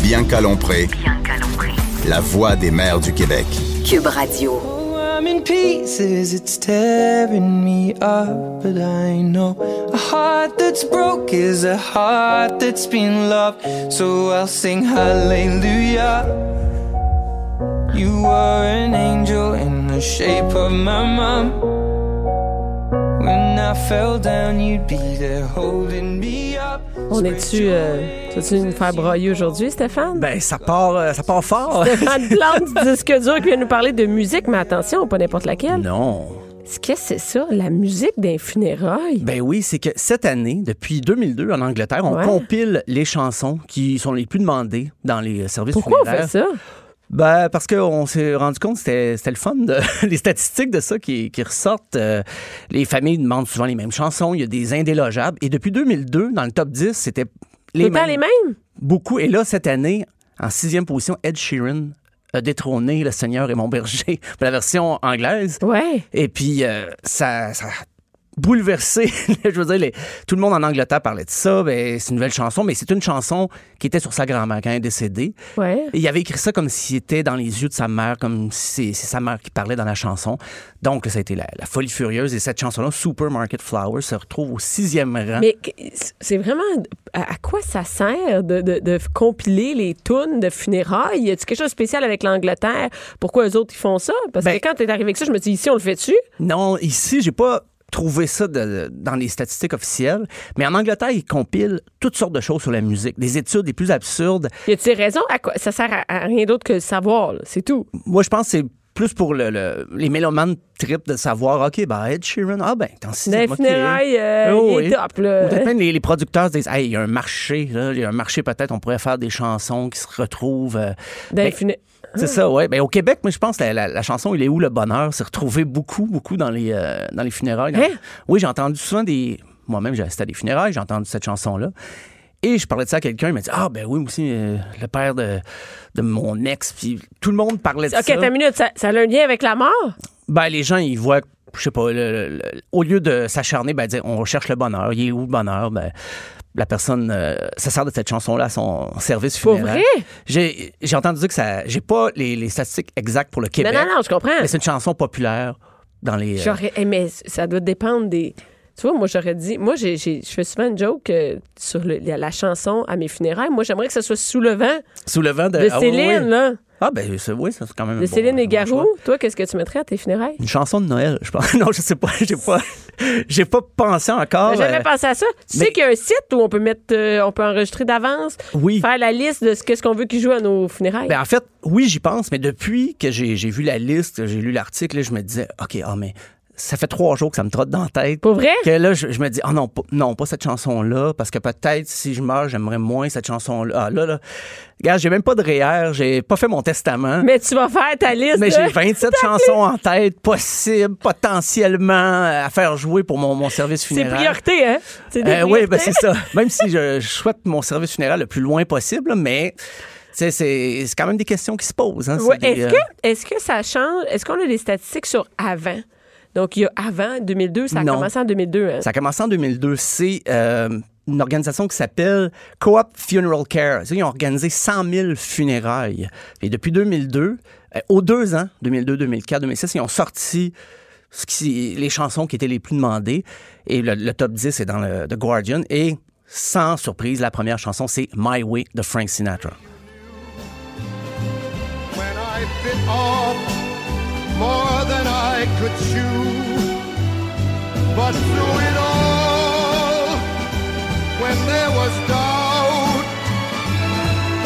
Speaker 2: Bianca Lompré,
Speaker 1: Bianca Lompré.
Speaker 2: la voix des mères du Québec.
Speaker 1: Cube Radio.
Speaker 5: Oh, I'm in pieces, it's tearing me up, but I know a heart that's broke is a heart that's been loved. So I'll sing hallelujah. You were an angel in the shape of my mom. When I fell down, you'd be there holding me up.
Speaker 3: On est-tu. Euh, tu nous faire broyer aujourd'hui, Stéphane?
Speaker 6: Ben, ça part, euh, ça part fort.
Speaker 3: Stéphane Plante du disque dur qui vient nous parler de musique, mais attention, pas n'importe laquelle.
Speaker 6: non.
Speaker 3: Qu'est-ce que c'est ça, la musique d'un funérail?
Speaker 6: Ben oui, c'est que cette année, depuis 2002 en Angleterre, on
Speaker 3: Ouais.
Speaker 6: compile les chansons qui sont les plus demandées dans les services
Speaker 3: Pourquoi on
Speaker 6: funéraires.
Speaker 3: fait ça?
Speaker 6: Ben, parce qu'on s'est rendu compte que c'était c'était le fun, de- les statistiques de ça qui, qui ressortent. euh, les familles demandent souvent les mêmes chansons, il y a des indélogeables. Et depuis 2002, dans le top 10, c'était les,
Speaker 3: Les temps
Speaker 6: mêmes.
Speaker 3: les mêmes?
Speaker 6: Beaucoup. Et là, cette année, en sixième position, Ed Sheeran a détrôné Le Seigneur et mon berger pour la version anglaise.
Speaker 3: Ouais.
Speaker 6: Et puis, euh, ça, ça a bouleversé. je veux dire, les- tout le monde en Angleterre parlait de ça. Ben, c'est une nouvelle chanson, mais c'est une chanson qui était sur sa grand-mère quand elle est décédée.
Speaker 3: Ouais.
Speaker 6: Et il avait écrit ça comme s'il était dans les yeux de sa mère, comme si c'est- c'est sa mère qui parlait dans la chanson. Donc, ça a été la, la folie furieuse. Et cette chanson-là, Supermarket Flower, se retrouve au sixième rang.
Speaker 3: Mais qu- c'est vraiment à à quoi ça sert de, de- de compiler les tunes de funérailles? Y a-t-il quelque chose de spécial avec l'Angleterre? Pourquoi eux autres ils font ça? Parce
Speaker 6: Ben-
Speaker 3: que quand t'es arrivé avec ça, je me dis ici on le fait dessus.
Speaker 6: Non, ici, j'ai pas trouvé ça de- dans les statistiques officielles, mais en Angleterre, ils compilent toutes sortes de choses sur la musique, des études les plus absurdes.
Speaker 3: Y a-t-il raison? À quoi? Ça sert à, à rien d'autre que le savoir, là. c'est tout.
Speaker 6: Moi, je pense que c'est plus pour le, le- les mélomanes trip de savoir, OK, ben Ed Sheeran, ah ben, t'en sais,
Speaker 3: Des
Speaker 6: ok.
Speaker 3: funérailles, euh,
Speaker 6: Oh,
Speaker 3: il est
Speaker 6: oui.
Speaker 3: top, là.
Speaker 6: Ou peut-être même les, les producteurs se disent, hey, il y a un marché, là, il y a un marché peut-être, on pourrait faire des chansons qui se retrouvent. euh,
Speaker 3: Des
Speaker 6: ben,
Speaker 3: funé-
Speaker 6: C'est ça, ouais. Ben, au Québec, moi, je pense que la, la- la chanson Il est où le bonheur s'est retrouvée beaucoup, beaucoup dans les, euh, dans les funérailles.
Speaker 3: Hein?
Speaker 6: Oui, j'ai entendu souvent des. Moi-même, j'assistais à des funérailles, j'ai entendu cette chanson-là. Et je parlais de ça à quelqu'un, il m'a dit Ah, ben oui, aussi, euh, le père de, de mon ex. Puis tout le monde parlait de
Speaker 3: OK,
Speaker 6: ça.
Speaker 3: t'as une minute, ça, ça a un lien avec la mort?
Speaker 6: Ben, les gens, ils voient, je sais pas, le- le- le- au lieu de s'acharner, ben, dire on recherche le bonheur, il est où le bonheur, ben, la personne euh, se sert de cette chanson-là à son service
Speaker 3: Pour
Speaker 6: funéraire.
Speaker 3: vrai?
Speaker 6: J'ai j'ai entendu dire que ça. J'ai pas les, les statistiques exactes pour le Québec.
Speaker 3: Ben non, non, je comprends.
Speaker 6: Mais c'est une chanson populaire dans les. euh,
Speaker 3: J'aurais eh, mais ça doit dépendre des. Tu vois, moi, j'aurais dit. Moi, j'ai, j'ai- je fais souvent une joke euh, sur le- la, la chanson à mes funérailles. Moi, j'aimerais que ce soit sous le vent
Speaker 6: sous le vent de.
Speaker 3: de
Speaker 6: ah, oui,
Speaker 3: Céline,
Speaker 6: oui.
Speaker 3: là.
Speaker 6: Ah, ben, c'est- oui, ça, c'est quand même. un
Speaker 3: De
Speaker 6: bon- ben,
Speaker 3: Céline
Speaker 6: un
Speaker 3: et
Speaker 6: bon
Speaker 3: Garou.
Speaker 6: choix.
Speaker 3: Toi, qu'est-ce que tu mettrais à tes funérailles?
Speaker 6: Une chanson de Noël, je pense. Non, je sais pas. J'ai pas, j'ai pas pensé encore.
Speaker 3: J'ai jamais
Speaker 6: euh,
Speaker 3: pensé à ça. Tu
Speaker 6: mais-
Speaker 3: sais qu'il y a un site où on peut mettre, euh, on peut enregistrer d'avance,
Speaker 6: Oui.
Speaker 3: faire la liste de ce qu'est-ce qu'on veut qu'ils jouent à nos funérailles.
Speaker 6: Ben, en fait, oui, j'y pense, mais depuis que j'ai j'ai vu la liste, j'ai lu l'article, là, je me disais, OK, ah, mais ça fait trois jours que ça me trotte dans la tête.
Speaker 3: Pour vrai?
Speaker 6: Que là, je, je me dis, ah non, pas- non, pas cette chanson-là, parce que peut-être si je meurs, j'aimerais moins cette chanson-là. Ah là, là. Regarde, j'ai même pas de REER, j'ai pas fait mon testament.
Speaker 3: Mais tu vas faire ta liste.
Speaker 6: Mais j'ai
Speaker 3: là.
Speaker 6: 27 chansons en tête, possibles, potentiellement, à faire jouer pour mon, mon service
Speaker 3: C'est
Speaker 6: funéraire.
Speaker 3: priorité, hein? C'est des
Speaker 6: Euh, oui, ben
Speaker 3: priorités.
Speaker 6: c'est ça. Même si je, je souhaite mon service funéraire le plus loin possible, là, mais tu sais, c'est c'est quand même des questions qui se posent. hein. C'est
Speaker 3: Ouais,
Speaker 6: des,
Speaker 3: est-ce
Speaker 6: euh,
Speaker 3: que, est-ce que ça change? Est-ce qu'on a des statistiques sur avant? Donc, il y a avant 2002, ça a
Speaker 6: Non.
Speaker 3: commencé en 2002. hein?
Speaker 6: Ça a commencé en 2002. C'est euh, une organisation qui s'appelle Co-op Funeral Care. Tu sais, Ils ont organisé 100 000 funérailles. Et depuis 2002, euh, aux deux ans, 2002, 2004, 2006, ils ont sorti ce qui, les chansons qui étaient les plus demandées. Et le, le top 10 est dans le The Guardian. Et sans surprise, la première chanson, c'est My Way de Frank Sinatra.
Speaker 7: when I bit off more than I could chew. But through it all, when there was doubt,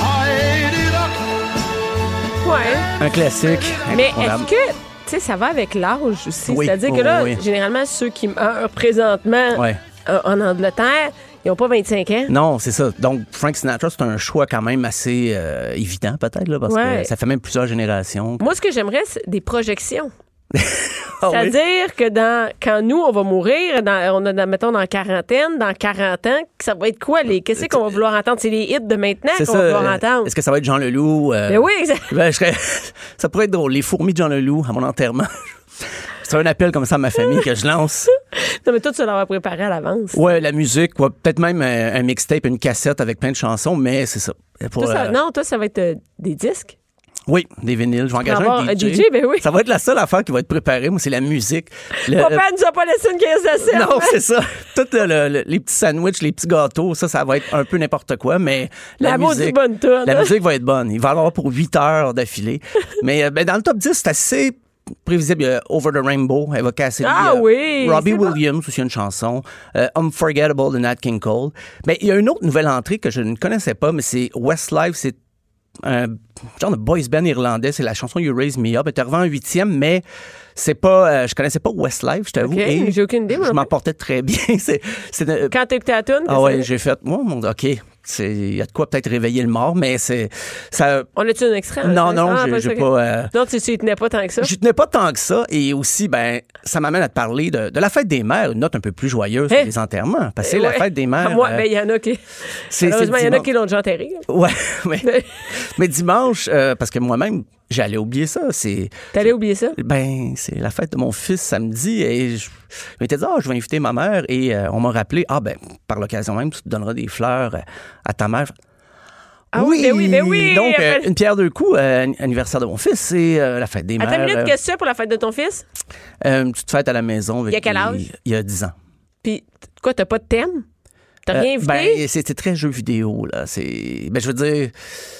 Speaker 7: I ate it up.
Speaker 3: Ouais. hein?
Speaker 6: Un classique.
Speaker 3: Mais
Speaker 6: incontournable.
Speaker 3: est-ce que, tu sais, ça va avec l'âge aussi?
Speaker 6: Oui,
Speaker 3: C'est-à-dire
Speaker 6: oui,
Speaker 3: que là,
Speaker 6: oui.
Speaker 3: généralement, ceux qui meurent présentement
Speaker 6: Ouais.
Speaker 3: en, en Angleterre, ils n'ont pas 25 ans.
Speaker 6: Non, c'est ça. Donc, Frank Sinatra, c'est un choix quand même assez euh, évident, peut-être, là, parce
Speaker 3: Ouais.
Speaker 6: que ça fait même plusieurs générations.
Speaker 3: Moi, ce que j'aimerais, c'est des projections.
Speaker 6: Ah oui.
Speaker 3: C'est-à-dire que dans, quand nous, on va mourir, dans, on a, dans- mettons, dans quarantaine, dans 40 ans, ça va être quoi? les Qu'est-ce qu'on va vouloir entendre? C'est les hits de maintenant
Speaker 6: C'est
Speaker 3: qu'on va vouloir
Speaker 6: euh,
Speaker 3: entendre.
Speaker 6: Est-ce que ça va être Jean Leloup? euh,
Speaker 3: Ben oui, exact.
Speaker 6: ben, je serais- ça pourrait être drôle. Les fourmis de Jean Leloup à mon enterrement. c'est un appel comme ça à ma famille que je lance.
Speaker 3: Non, mais tout, tu l'auras préparé à l'avance.
Speaker 6: Ouais, la musique, ouais, peut-être même un, un mixtape, une cassette avec plein de chansons, mais c'est ça. Pour,
Speaker 3: Toi, ça-
Speaker 6: euh,
Speaker 3: non, toi, ça va être euh, des disques.
Speaker 6: Oui, des vinyles. Je vais engager
Speaker 3: avoir
Speaker 6: un
Speaker 3: un
Speaker 6: DJ.
Speaker 3: DJ, ben oui.
Speaker 6: Ça va être la seule affaire qui va être préparée. Moi, c'est la musique. Le-
Speaker 3: Papa nous a pas laissé une caisse de hein? sel.
Speaker 6: Euh, Non, c'est ça. Tout le- le- le- les petits sandwichs, les petits gâteaux, ça, ça va être un peu n'importe quoi, mais la,
Speaker 3: La maudite
Speaker 6: musique,
Speaker 3: bonne toune. hein.
Speaker 6: la musique va être bonne. Il va y en avoir pour 8 heures d'affilée. mais euh, ben, dans le top 10, c'est assez prévisible, il y a Over the Rainbow, elle va casser le
Speaker 3: Ah
Speaker 6: lit, euh,
Speaker 3: oui,
Speaker 6: Robbie
Speaker 3: c'est bon.
Speaker 6: Williams aussi une chanson, euh, Unforgettable de Nat King Cole. Mais il y a une autre nouvelle entrée que je ne connaissais pas, mais c'est Westlife, c'est un genre de boys band irlandais, c'est la chanson You Raise Me Up. Elle est arrivée en huitième, mais c'est pas, euh, je connaissais pas Westlife, je t'avoue.
Speaker 3: Ok,
Speaker 6: et
Speaker 3: j'ai aucune idée, moi,
Speaker 6: Je
Speaker 3: non
Speaker 6: m'en
Speaker 3: plus.
Speaker 6: portais très bien. c'est, c'est, euh,
Speaker 3: Quand t'écoutais la toune,
Speaker 6: ah
Speaker 3: qu'est-ce
Speaker 6: ouais,
Speaker 3: que-
Speaker 6: j'ai fait, moi, mon- ok, c'est- il y a de quoi peut-être réveiller le mort, mais c'est, ça,
Speaker 3: on a-tu un extrait? hein?
Speaker 6: non, non,
Speaker 3: Ah,
Speaker 6: j'ai-
Speaker 3: pas
Speaker 6: j'ai
Speaker 3: ça.
Speaker 6: pas. euh,
Speaker 3: Non, tu tu y tenais pas tant que ça.
Speaker 6: J'y tenais pas tant que ça. Et aussi, ben, ça m'amène à te parler de, de la fête des mères, une note un peu plus joyeuse
Speaker 3: Hein?
Speaker 6: que les enterrements. Parce que c'est la
Speaker 3: Ouais.
Speaker 6: fête des
Speaker 3: Ah,
Speaker 6: mères.
Speaker 3: Moi,
Speaker 6: euh,
Speaker 3: ben, il y en a qui.
Speaker 6: c'est-
Speaker 3: Heureusement,
Speaker 6: c'est
Speaker 3: il y en a
Speaker 6: dimanche.
Speaker 3: qui l'ont déjà enterré.
Speaker 6: Ouais, mais, mais dimanche, euh, parce que moi-même, j'allais oublier ça. C'est
Speaker 3: T'allais oublier ça?
Speaker 6: ben, c'est la fête de mon fils samedi et je, je m'étais dit, ah, je vais inviter ma mère et euh, on m'a rappelé, ah, ben, par l'occasion même, tu te donneras des fleurs euh, à ta mère.
Speaker 3: Ah oui, ben oui, ben oui,
Speaker 6: Donc, euh,
Speaker 3: rappelle-
Speaker 6: une pierre deux coups, euh, anniversaire de mon fils, c'est euh, la fête des
Speaker 3: Attends
Speaker 6: mères.
Speaker 3: une minute,
Speaker 6: euh,
Speaker 3: qu'est-ce que tu fais pour la fête de ton fils?
Speaker 6: euh, une petite fête à la maison. avec
Speaker 3: Il y a quel
Speaker 6: les-
Speaker 3: âge?
Speaker 6: Il y a 10 ans.
Speaker 3: Puis, t- quoi, t'as pas de thème? T'as rien
Speaker 6: Euh,
Speaker 3: invité?
Speaker 6: ben, c'était très jeu vidéo, là. C'est. Ben, je veux dire.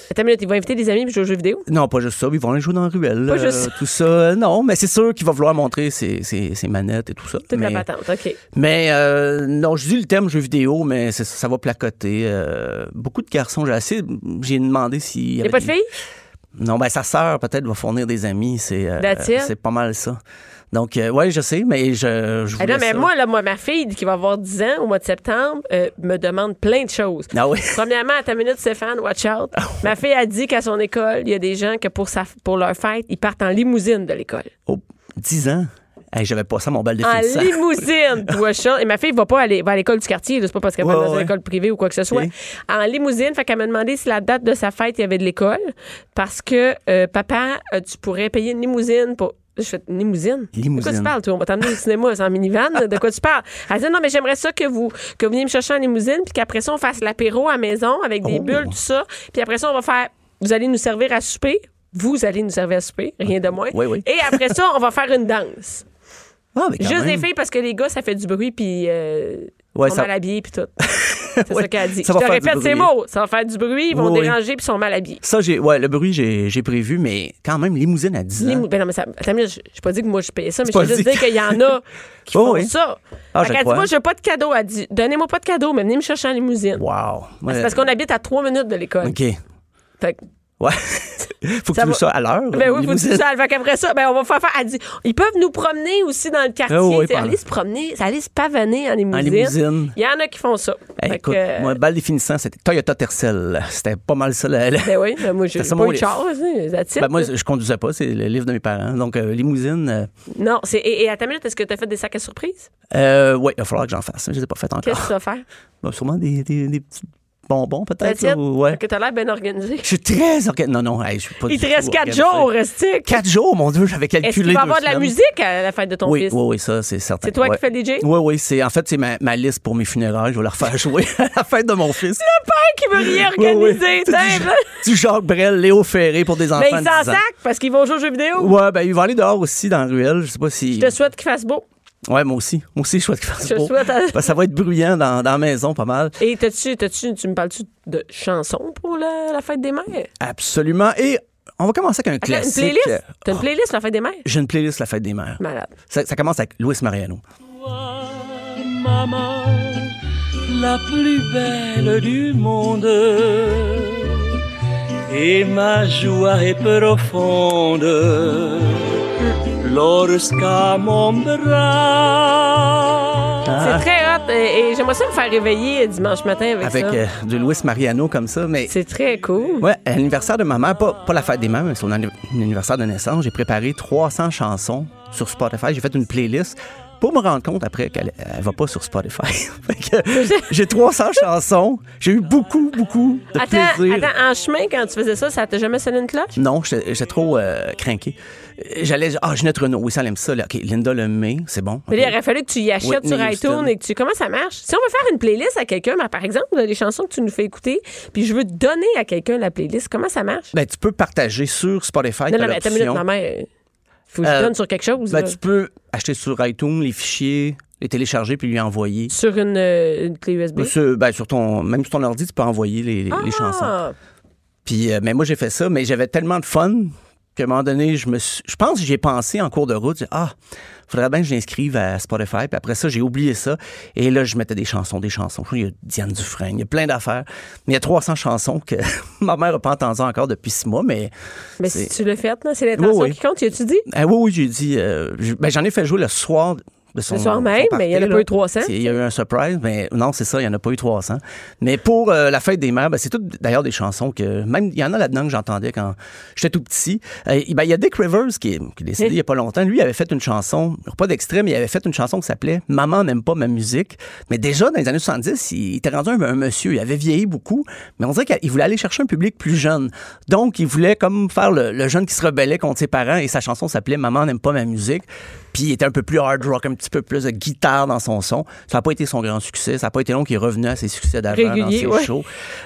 Speaker 3: Attends une minute, ils vont inviter des amis puis jouer aux jeux vidéo?
Speaker 6: Non, pas juste ça. Ils vont aller jouer dans la ruelle.
Speaker 3: Pas
Speaker 6: euh,
Speaker 3: juste ça.
Speaker 6: Tout ça. euh, Non, mais c'est sûr qu'il va vouloir montrer ses, ses- ses manettes et tout ça.
Speaker 3: Toute
Speaker 6: mais
Speaker 3: la patente, OK.
Speaker 6: mais, euh, non, je dis le thème jeu vidéo, mais c'est- ça va placoter. euh, beaucoup de garçons, j'ai assez. J'ai demandé s'il.
Speaker 3: Il a pas de filles?
Speaker 6: Non, ben, sa sœur, peut-être, va fournir des amis. C'est. euh,
Speaker 3: That's it.
Speaker 6: c'est pas mal ça. Donc, euh, ouais, je sais, mais je. je
Speaker 3: Ah
Speaker 6: voulais
Speaker 3: non, mais
Speaker 6: ça.
Speaker 3: moi, là, moi, ma fille qui va avoir 10 ans au mois de septembre euh, me demande plein de choses.
Speaker 6: Ah oui.
Speaker 3: Premièrement, à ta minute, Stéphane, watch out. Ma fille a dit qu'à son école, il y a des gens que pour, sa, pour leur fête, ils partent en limousine de l'école.
Speaker 6: Oh, 10 ans. Hey, j'avais pas ça, mon bal de
Speaker 3: En
Speaker 6: finissant.
Speaker 3: limousine, toi, Charles. Et ma fille va pas aller va à l'école du quartier, là, c'est pas parce qu'elle va
Speaker 6: Ouais,
Speaker 3: dans
Speaker 6: ouais.
Speaker 3: une école privée ou quoi que ce soit.
Speaker 6: Ok.
Speaker 3: En limousine, fait qu'elle m'a demandé si la date de sa fête, il y avait de l'école. Parce que, euh, papa, euh, tu pourrais payer une limousine pour. Je fais une limousine. De quoi
Speaker 6: Limousine.
Speaker 3: tu parles, toi? On va t'emmener au cinéma, c'est en minivan. De quoi tu parles? Elle dit non, mais j'aimerais ça que vous, que vous veniez me chercher en limousine, puis qu'après ça, on fasse l'apéro à la maison avec des
Speaker 6: Oh.
Speaker 3: bulles, tout ça. Puis après ça, on va faire. Vous allez nous servir à souper. Vous allez nous servir à souper, rien de moins.
Speaker 6: Oui, oui.
Speaker 3: Et après ça, on va faire une danse.
Speaker 6: Ah, mais quand
Speaker 3: Juste
Speaker 6: même.
Speaker 3: des filles parce que les gars, ça fait du bruit puis euh, ils
Speaker 6: Ouais,
Speaker 3: sont
Speaker 6: ça-
Speaker 3: mal habillés puis tout. C'est
Speaker 6: Ouais,
Speaker 3: ça qu'elle a dit.
Speaker 6: ça
Speaker 3: Je
Speaker 6: va
Speaker 3: te
Speaker 6: faire du
Speaker 3: répète ces
Speaker 6: bruit.
Speaker 3: mots. Ça va faire du bruit, ils vont
Speaker 6: Oui, oui.
Speaker 3: déranger puis ils sont mal habillés.
Speaker 6: Ça, j'ai, ouais, le bruit, j'ai, j'ai prévu, mais quand même, limousine à 10 ans.
Speaker 3: Limou- Ben non, mais ça, attends, une minute, je n'ai pas dit que moi je payais ça, mais je
Speaker 6: pas
Speaker 3: veux juste
Speaker 6: dit.
Speaker 3: dire qu'il y en a qui
Speaker 6: Oh,
Speaker 3: font
Speaker 6: oui.
Speaker 3: ça.
Speaker 6: Ah,
Speaker 3: Fait
Speaker 6: je
Speaker 3: qu'elle dit,
Speaker 6: crois.
Speaker 3: moi, je n'ai pas de cadeau. Elle dit, donnez-moi pas de cadeau, mais venez me chercher en limousine.
Speaker 6: Wow. Ouais.
Speaker 3: Ben, C'est parce qu'on habite à trois minutes de l'école.
Speaker 6: OK.
Speaker 3: Fait que-
Speaker 6: Ouais.
Speaker 3: Ça
Speaker 6: faut que tu
Speaker 3: va-
Speaker 6: joues ça à l'heure.
Speaker 3: Ben oui, faut
Speaker 6: limousine.
Speaker 3: dire ça. Fait qu'après ça, ben on va faire faire. Elle dit, ils peuvent nous promener aussi dans le quartier.
Speaker 6: Ah oui,
Speaker 3: tu sais,
Speaker 6: pendant-
Speaker 3: aller se promener, aller se pavaner en
Speaker 6: En
Speaker 3: limousine.
Speaker 6: limousine.
Speaker 3: Il y en a qui font ça.
Speaker 6: Hey,
Speaker 3: Fait
Speaker 6: écoute,
Speaker 3: que- euh,
Speaker 6: moi, balle définissant, c'était Toyota Tercel. C'était pas mal ça. la- la-
Speaker 3: Ben oui, ben moi, j'ai
Speaker 6: C'était ça,
Speaker 3: pas
Speaker 6: mon
Speaker 3: eu de
Speaker 6: livre.
Speaker 3: char, hein, that's it.
Speaker 6: Ben, moi, je conduisais pas, c'est le livre de mes parents. Donc, euh, limousine, euh,
Speaker 3: Non, c'est... Et, et à ta minute, est-ce que tu as fait des sacs à surprise?
Speaker 6: euh, ouais, il va falloir que j'en fasse. Je les ai pas fait encore.
Speaker 3: Qu'est-ce que tu vas faire?
Speaker 6: Ben, sûrement des, des, des petits bonbons, peut-être.
Speaker 3: That's
Speaker 6: là,
Speaker 3: it?
Speaker 6: ou- ouais.
Speaker 3: Fait que t'as l'air bien organisé.
Speaker 6: Je suis très organ- Non, non, hey, je suis pas
Speaker 3: Il
Speaker 6: du
Speaker 3: te
Speaker 6: tout
Speaker 3: reste quatre
Speaker 6: organisé.
Speaker 3: jours, Restic.
Speaker 6: Quatre jours, mon Dieu, j'avais calculé.
Speaker 3: Est-ce qu'il va y
Speaker 6: deux
Speaker 3: avoir de la
Speaker 6: semaines.
Speaker 3: musique à la fête de ton
Speaker 6: oui,
Speaker 3: fils?
Speaker 6: Oui, oui, ça, c'est certain.
Speaker 3: C'est toi qui
Speaker 6: Ouais.
Speaker 3: fais le DJ?
Speaker 6: Oui, oui, c'est, en fait, c'est ma, ma liste pour mes funérailles. Je vais la refaire jouer à la fête de mon fils.
Speaker 3: Le père qui veut rien
Speaker 6: Oui, oui.
Speaker 3: organiser,
Speaker 6: C'est
Speaker 3: Dave, là.
Speaker 6: Du, du Jacques Brel, Léo Ferré pour des enfants.
Speaker 3: Mais il
Speaker 6: de
Speaker 3: s'en
Speaker 6: 10 ans.
Speaker 3: sac parce qu'ils vont jouer aux jeux vidéo.
Speaker 6: Ouais, ben, il va aller dehors aussi dans la ruelle. Je sais pas si.
Speaker 3: Je te souhaite qu'il fasse beau.
Speaker 6: Ouais, moi aussi. Moi aussi, je souhaite qu'il fasse
Speaker 3: Je te
Speaker 6: beau.
Speaker 3: souhaite à-
Speaker 6: Parce que Ben, ça va être bruyant dans, dans la maison, pas mal.
Speaker 3: Et t'as-tu, t'as-tu, tu me parles-tu de chansons pour la, la fête des mères?
Speaker 6: Absolument. Et on va commencer avec un
Speaker 3: Attends, une
Speaker 6: classique. Oh.
Speaker 3: playlist? T'as une playlist pour la fête des mères?
Speaker 6: J'ai une playlist, La Fête des Mères.
Speaker 3: Malade.
Speaker 6: Ça, ça commence avec Luis Mariano.
Speaker 8: maman, la plus belle du monde. Et ma joie est profonde lorsqu'à mon bras.
Speaker 6: Ah.
Speaker 3: C'est très hot et, et j'aimerais ça me faire réveiller dimanche matin avec,
Speaker 6: Avec
Speaker 3: ça.
Speaker 6: euh, du Luis Mariano comme ça. Mais
Speaker 3: C'est très cool.
Speaker 6: Ouais, à l'anniversaire de ma mère, pas, pas la fête des mères, mais son anni- anniversaire de naissance, j'ai préparé 300 chansons sur Spotify. J'ai fait une playlist pour me rendre compte après qu'elle elle va pas sur Spotify. Fait que j'ai 300 chansons. J'ai eu beaucoup, beaucoup de
Speaker 3: Attends,
Speaker 6: plaisir.
Speaker 3: attends, en chemin, quand tu faisais ça, ça t'a jamais sonné une cloche?
Speaker 6: Non, j'étais j'étais trop euh, craqué. J'allais, ah, Ginette Renault, oui, ça, elle aime ça. là. OK, Linda Lemay, c'est bon.
Speaker 3: Mais là,
Speaker 6: OK.
Speaker 3: Il aurait fallu que tu y achètes
Speaker 6: Whitney
Speaker 3: sur iTunes
Speaker 6: Houston.
Speaker 3: et que tu. Comment ça marche? Si on veut faire une playlist à quelqu'un, mais par exemple, les chansons que tu nous fais écouter, puis je veux donner à quelqu'un la playlist, comment ça marche?
Speaker 6: Ben, tu peux partager sur Spotify.
Speaker 3: non,
Speaker 6: t'as
Speaker 3: non, mais attends une minute,
Speaker 6: l'option.
Speaker 3: ma mère. euh, Faut que je
Speaker 6: Euh,
Speaker 3: donne sur quelque chose.
Speaker 6: Ben,
Speaker 3: là.
Speaker 6: tu peux acheter sur iTunes les fichiers, les télécharger puis lui envoyer.
Speaker 3: Sur une, euh, une clé USB.
Speaker 6: Sur- ben, sur ton, même sur ton ordi, tu peux envoyer les, les- les chansons.
Speaker 3: Ah!
Speaker 6: ben, Puis, euh, mais moi, j'ai fait ça, mais j'avais tellement de fun Puis à un moment donné, je me suis- je pense que j'ai pensé en cours de route, j'ai dit, ah, faudrait bien que je l'inscrive à Spotify. Puis après ça, j'ai oublié ça. Et là, je mettais des chansons, des chansons. Il y a Diane Dufresne, il y a plein d'affaires. Mais il y a 300 chansons que ma mère n'a pas entendues encore depuis six mois, mais
Speaker 3: Mais Ben, si
Speaker 6: c'est-
Speaker 3: tu l'as fait, là, c'est l'intention
Speaker 6: Oui, oui.
Speaker 3: qui compte, tu as-tu dit?
Speaker 6: ah oui, oui, j'ai dit. euh, je- ben, J'en ai fait jouer le soir. De son,
Speaker 3: Le soir même,
Speaker 6: son party,
Speaker 3: mais il y en a pas
Speaker 6: là.
Speaker 3: eu 300.
Speaker 6: C'est- Il y a eu un surprise, mais non, c'est ça, il n'y en a pas eu 300. Mais pour euh, la fête des mères, ben, c'est toutes d'ailleurs des chansons que. Même, il y en a là-dedans que j'entendais quand j'étais tout petit. Euh, ben, il y a Dick Rivers qui est, qui est décédé il n'y a pas longtemps. Lui, il avait fait une chanson, pas d'extrait, mais il avait fait une chanson qui s'appelait Maman n'aime pas ma musique. Mais déjà, dans les années 70, il, était rendu un, un monsieur. Il avait vieilli beaucoup, mais on dirait qu'il voulait aller chercher un public plus jeune. Donc, il voulait comme faire le, le jeune qui se rebellait contre ses parents et sa chanson s'appelait Maman n'aime pas ma musique. Puis il était un peu plus hard rock, un petit peu plus de guitare dans son son. Ça n'a pas été son grand succès. Ça n'a pas été long qu'il revenait à ses succès d'avant dans
Speaker 3: Régulier,
Speaker 6: ses
Speaker 3: ouais.
Speaker 6: shows.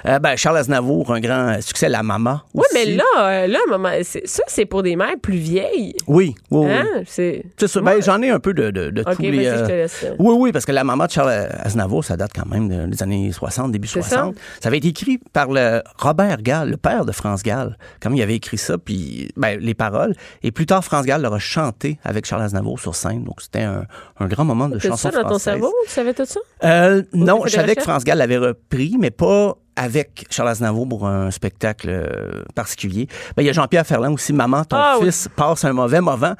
Speaker 6: Euh, ben, Charles Aznavour, un grand succès, La Mama.
Speaker 3: Oui, mais
Speaker 6: aussi.
Speaker 3: là, euh, là maman, c'est- ça, c'est pour des mères plus vieilles.
Speaker 6: Oui, oui, Oh, oui.
Speaker 3: Hein? C'est.
Speaker 6: C'est ça. Ben, j'en ai un peu de, de, de
Speaker 3: Ok,
Speaker 6: tous
Speaker 3: vas-y,
Speaker 6: les. euh,
Speaker 3: je te laisse.
Speaker 6: Oui, oui, parce que la maman de Charles Aznavour, ça date quand même de- des années 60, début
Speaker 3: C'est
Speaker 6: 60. Ça. avait été écrit par le Robert Gall, le père de France Gall. Comme il avait écrit ça, puis ben, les paroles. Et plus tard, France Gall l'aura chanté avec Charles Aznavour sur scène. Donc c'était un, un grand moment de
Speaker 3: Oh, T'as-tu
Speaker 6: chanson
Speaker 3: ça dans ton
Speaker 6: française.
Speaker 3: cerveau? Tu savais tout ça?
Speaker 6: Euh, non,
Speaker 3: fait des
Speaker 6: je savais que
Speaker 3: recherches?
Speaker 6: France Gall l'avait repris, mais pas avec Charles Aznavour pour un spectacle euh, particulier. Ben, il y a Jean-Pierre Ferland aussi, Maman, ton
Speaker 3: Ah, oui.
Speaker 6: fils passe un mauvais moment.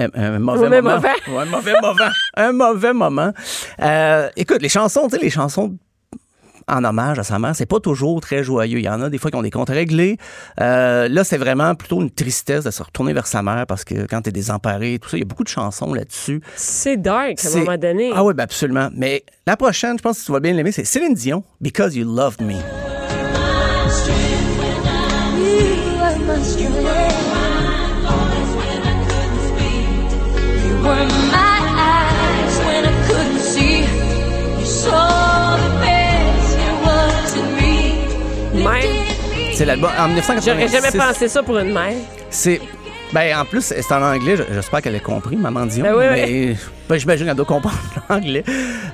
Speaker 6: Euh, Un mauvais
Speaker 3: Mauvais
Speaker 6: moment.
Speaker 3: moment.
Speaker 6: Ouais, un mauvais moment. Un mauvais moment. Euh, écoute, les chansons, tu sais, les chansons en hommage à sa mère, c'est pas toujours très joyeux. Il y en a des fois qui ont des comptes réglés. Euh, là, c'est vraiment plutôt une tristesse de se retourner vers sa mère parce que quand t'es désemparé, et tout ça, il y a beaucoup de chansons là-dessus.
Speaker 3: C'est dark, à un
Speaker 6: C'est-
Speaker 3: moment donné.
Speaker 6: Ah oui, ben absolument. Mais la prochaine, je pense que tu vas bien l'aimer, c'est Céline Dion, Because You Loved Me. C'est l'album en
Speaker 3: J'aurais
Speaker 6: 1986.
Speaker 3: jamais pensé ça pour une mère.
Speaker 6: C'est. Ben, en plus, c'est en anglais. J- J'espère qu'elle a compris, Maman Dion.
Speaker 3: Ben oui,
Speaker 6: mais ben, j'imagine qu'elle doit comprendre l'anglais.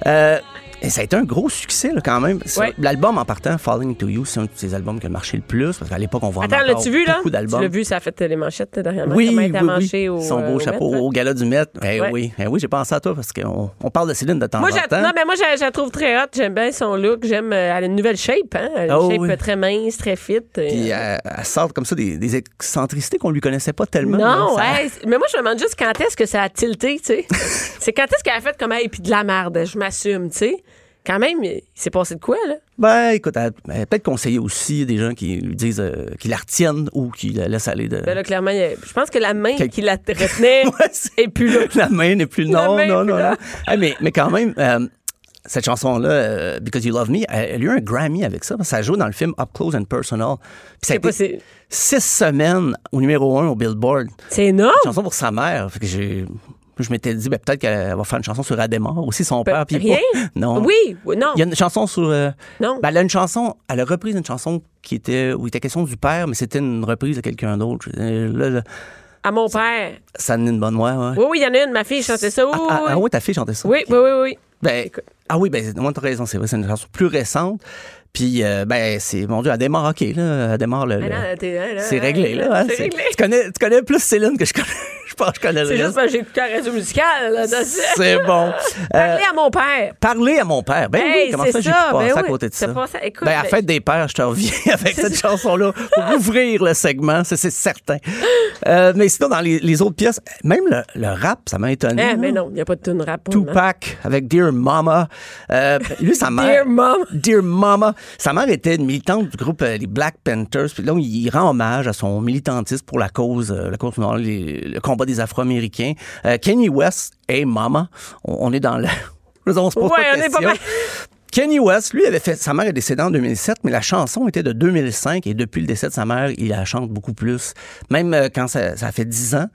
Speaker 6: Euh, et ça a été un gros succès, là, quand même. Ça-
Speaker 3: Ouais.
Speaker 6: L'album, en partant, Falling to You, c'est un de ses albums qui a marché le plus, parce qu'à l'époque, on vendait
Speaker 3: Attends,
Speaker 6: encore
Speaker 3: l'as-tu vu, là?
Speaker 6: beaucoup
Speaker 3: Tu
Speaker 6: d'albums.
Speaker 3: l'as vu, ça a fait les manchettes derrière
Speaker 6: Oui,
Speaker 3: Comment
Speaker 6: oui,
Speaker 3: elle était
Speaker 6: oui.
Speaker 3: manchée au,
Speaker 6: Son
Speaker 3: euh,
Speaker 6: beau
Speaker 3: au
Speaker 6: chapeau
Speaker 3: maître.
Speaker 6: au gala du Met. Eh
Speaker 3: Ouais.
Speaker 6: oui, eh oui, j'ai pensé à toi parce qu'on on parle de Céline de temps
Speaker 3: Moi,
Speaker 6: en
Speaker 3: j'ai-
Speaker 6: temps.
Speaker 3: non, mais moi, je la trouve très hot. J'aime bien son look. J'aime. euh, Elle a une nouvelle shape, hein? Elle a
Speaker 6: Oh,
Speaker 3: une shape
Speaker 6: oui.
Speaker 3: euh, très mince, très fit.
Speaker 6: Puis
Speaker 3: euh,
Speaker 6: elle, elle sort comme ça des, des excentricités qu'on lui connaissait pas tellement.
Speaker 3: Non,
Speaker 6: là. Ça-
Speaker 3: hey, c'est- mais moi, je me demande juste quand est-ce que ça a tilté, tu sais. c'est quand est-ce qu'elle a fait comme, hey, puis de la merde, je m'assume, tu sais. Quand même, il s'est passé de quoi, là?
Speaker 6: Ben, écoute, elle, elle a peut-être conseillé aussi des gens qui lui disent euh, qu'ils la retiennent ou qu'ils la laissent aller de.
Speaker 3: Ben là, clairement, il y a- je pense que la main
Speaker 6: Quel-
Speaker 3: qui la retenait
Speaker 6: Ouais, c'est-
Speaker 3: est plus là.
Speaker 6: la main n'est plus.
Speaker 3: La
Speaker 6: Non,
Speaker 3: main
Speaker 6: non,
Speaker 3: est plus
Speaker 6: non,
Speaker 3: là.
Speaker 6: non. Hey, mais, mais quand même, euh, cette chanson-là, euh, Because You Love Me, elle, elle a eu un Grammy avec ça. parce que Ça joue dans le film Up Close and Personal. Puis ça a
Speaker 3: C'est
Speaker 6: été
Speaker 3: pas- c'est-
Speaker 6: six semaines au numéro un au Billboard.
Speaker 3: C'est énorme!
Speaker 6: Une chanson pour sa mère. Fait que j'ai. Je m'étais dit, ben, peut-être qu'elle va faire une chanson sur Adémar, aussi son
Speaker 3: Pe-
Speaker 6: père. puis-
Speaker 3: Ben,
Speaker 6: oh,
Speaker 3: rien?
Speaker 6: Non.
Speaker 3: Oui, oui, non.
Speaker 6: Il y a une chanson sur. euh,
Speaker 3: Non.
Speaker 6: ben, elle a une chanson. Elle a repris une chanson qui était où il était question du père, mais c'était une reprise de quelqu'un d'autre. Euh, Là, là,
Speaker 3: À mon père.
Speaker 6: Sandrine Bonnoy, ouais.
Speaker 3: Oui, oui, il y en a une, ma fille chantait ça. Oui,
Speaker 6: Ah, ah, ah
Speaker 3: oui,
Speaker 6: ouais, ta fille chantait ça.
Speaker 3: oui. Oui, oui, oui, oui.
Speaker 6: Ben, ah oui, ben, moi, t'as raison, c'est vrai, c'est une chanson plus récente. Puis, euh, ben, c'est, mon Dieu, elle démarre, OK, là, elle démarre le.
Speaker 3: Ah
Speaker 6: le-
Speaker 3: non, t'es- ah, là,
Speaker 6: c'est
Speaker 3: ah,
Speaker 6: réglé, là. hein,
Speaker 3: C'est
Speaker 6: c'est-
Speaker 3: réglé.
Speaker 6: Tu connais, tu connais plus Céline que je connais. je pense que je connais le
Speaker 3: C'est juste
Speaker 6: reste.
Speaker 3: parce que j'ai écouté la radio musicale. là, dans-
Speaker 6: C'est bon. Euh,
Speaker 3: Parler à mon père.
Speaker 6: Parler à mon père. Ben
Speaker 3: Hey,
Speaker 6: oui, comment
Speaker 3: c'est
Speaker 6: ça, j'ai pu
Speaker 3: ça,
Speaker 6: passer
Speaker 3: ben
Speaker 6: à
Speaker 3: oui.
Speaker 6: côté de
Speaker 3: T'as
Speaker 6: ça.
Speaker 3: passé- écoute,
Speaker 6: ben, à
Speaker 3: ben-
Speaker 6: fête des pères, je te reviens avec cette chanson-là pour ouvrir le segment, ça, c'est certain. Euh, mais sinon, dans les, les autres pièces, même le, le rap, ça m'a étonné.
Speaker 3: Eh, mais
Speaker 6: là.
Speaker 3: non, il n'y a pas de tune rap pour le moment.
Speaker 6: Tupac avec Dear Mama. Euh, lui, sa mère.
Speaker 3: Dear Mama.
Speaker 6: Dear Mama. Sa mère était une militante du groupe euh, les Black Panthers. Puis là, il rend hommage à son militantisme pour la cause, euh, la cause noire, les- le combat des Afro-Américains. Euh, Kanye West, Hey Mama. On, on est dans le. on se
Speaker 3: Ouais,
Speaker 6: pose pas
Speaker 3: on
Speaker 6: de
Speaker 3: est pas
Speaker 6: questions.
Speaker 3: mal.
Speaker 6: Kanye West, lui, avait fait. Sa mère est décédée en 2007, mais la chanson était de 2005 et depuis le décès de sa mère, il la chante beaucoup plus. Même euh, quand ça, ça fait 10 ans, là,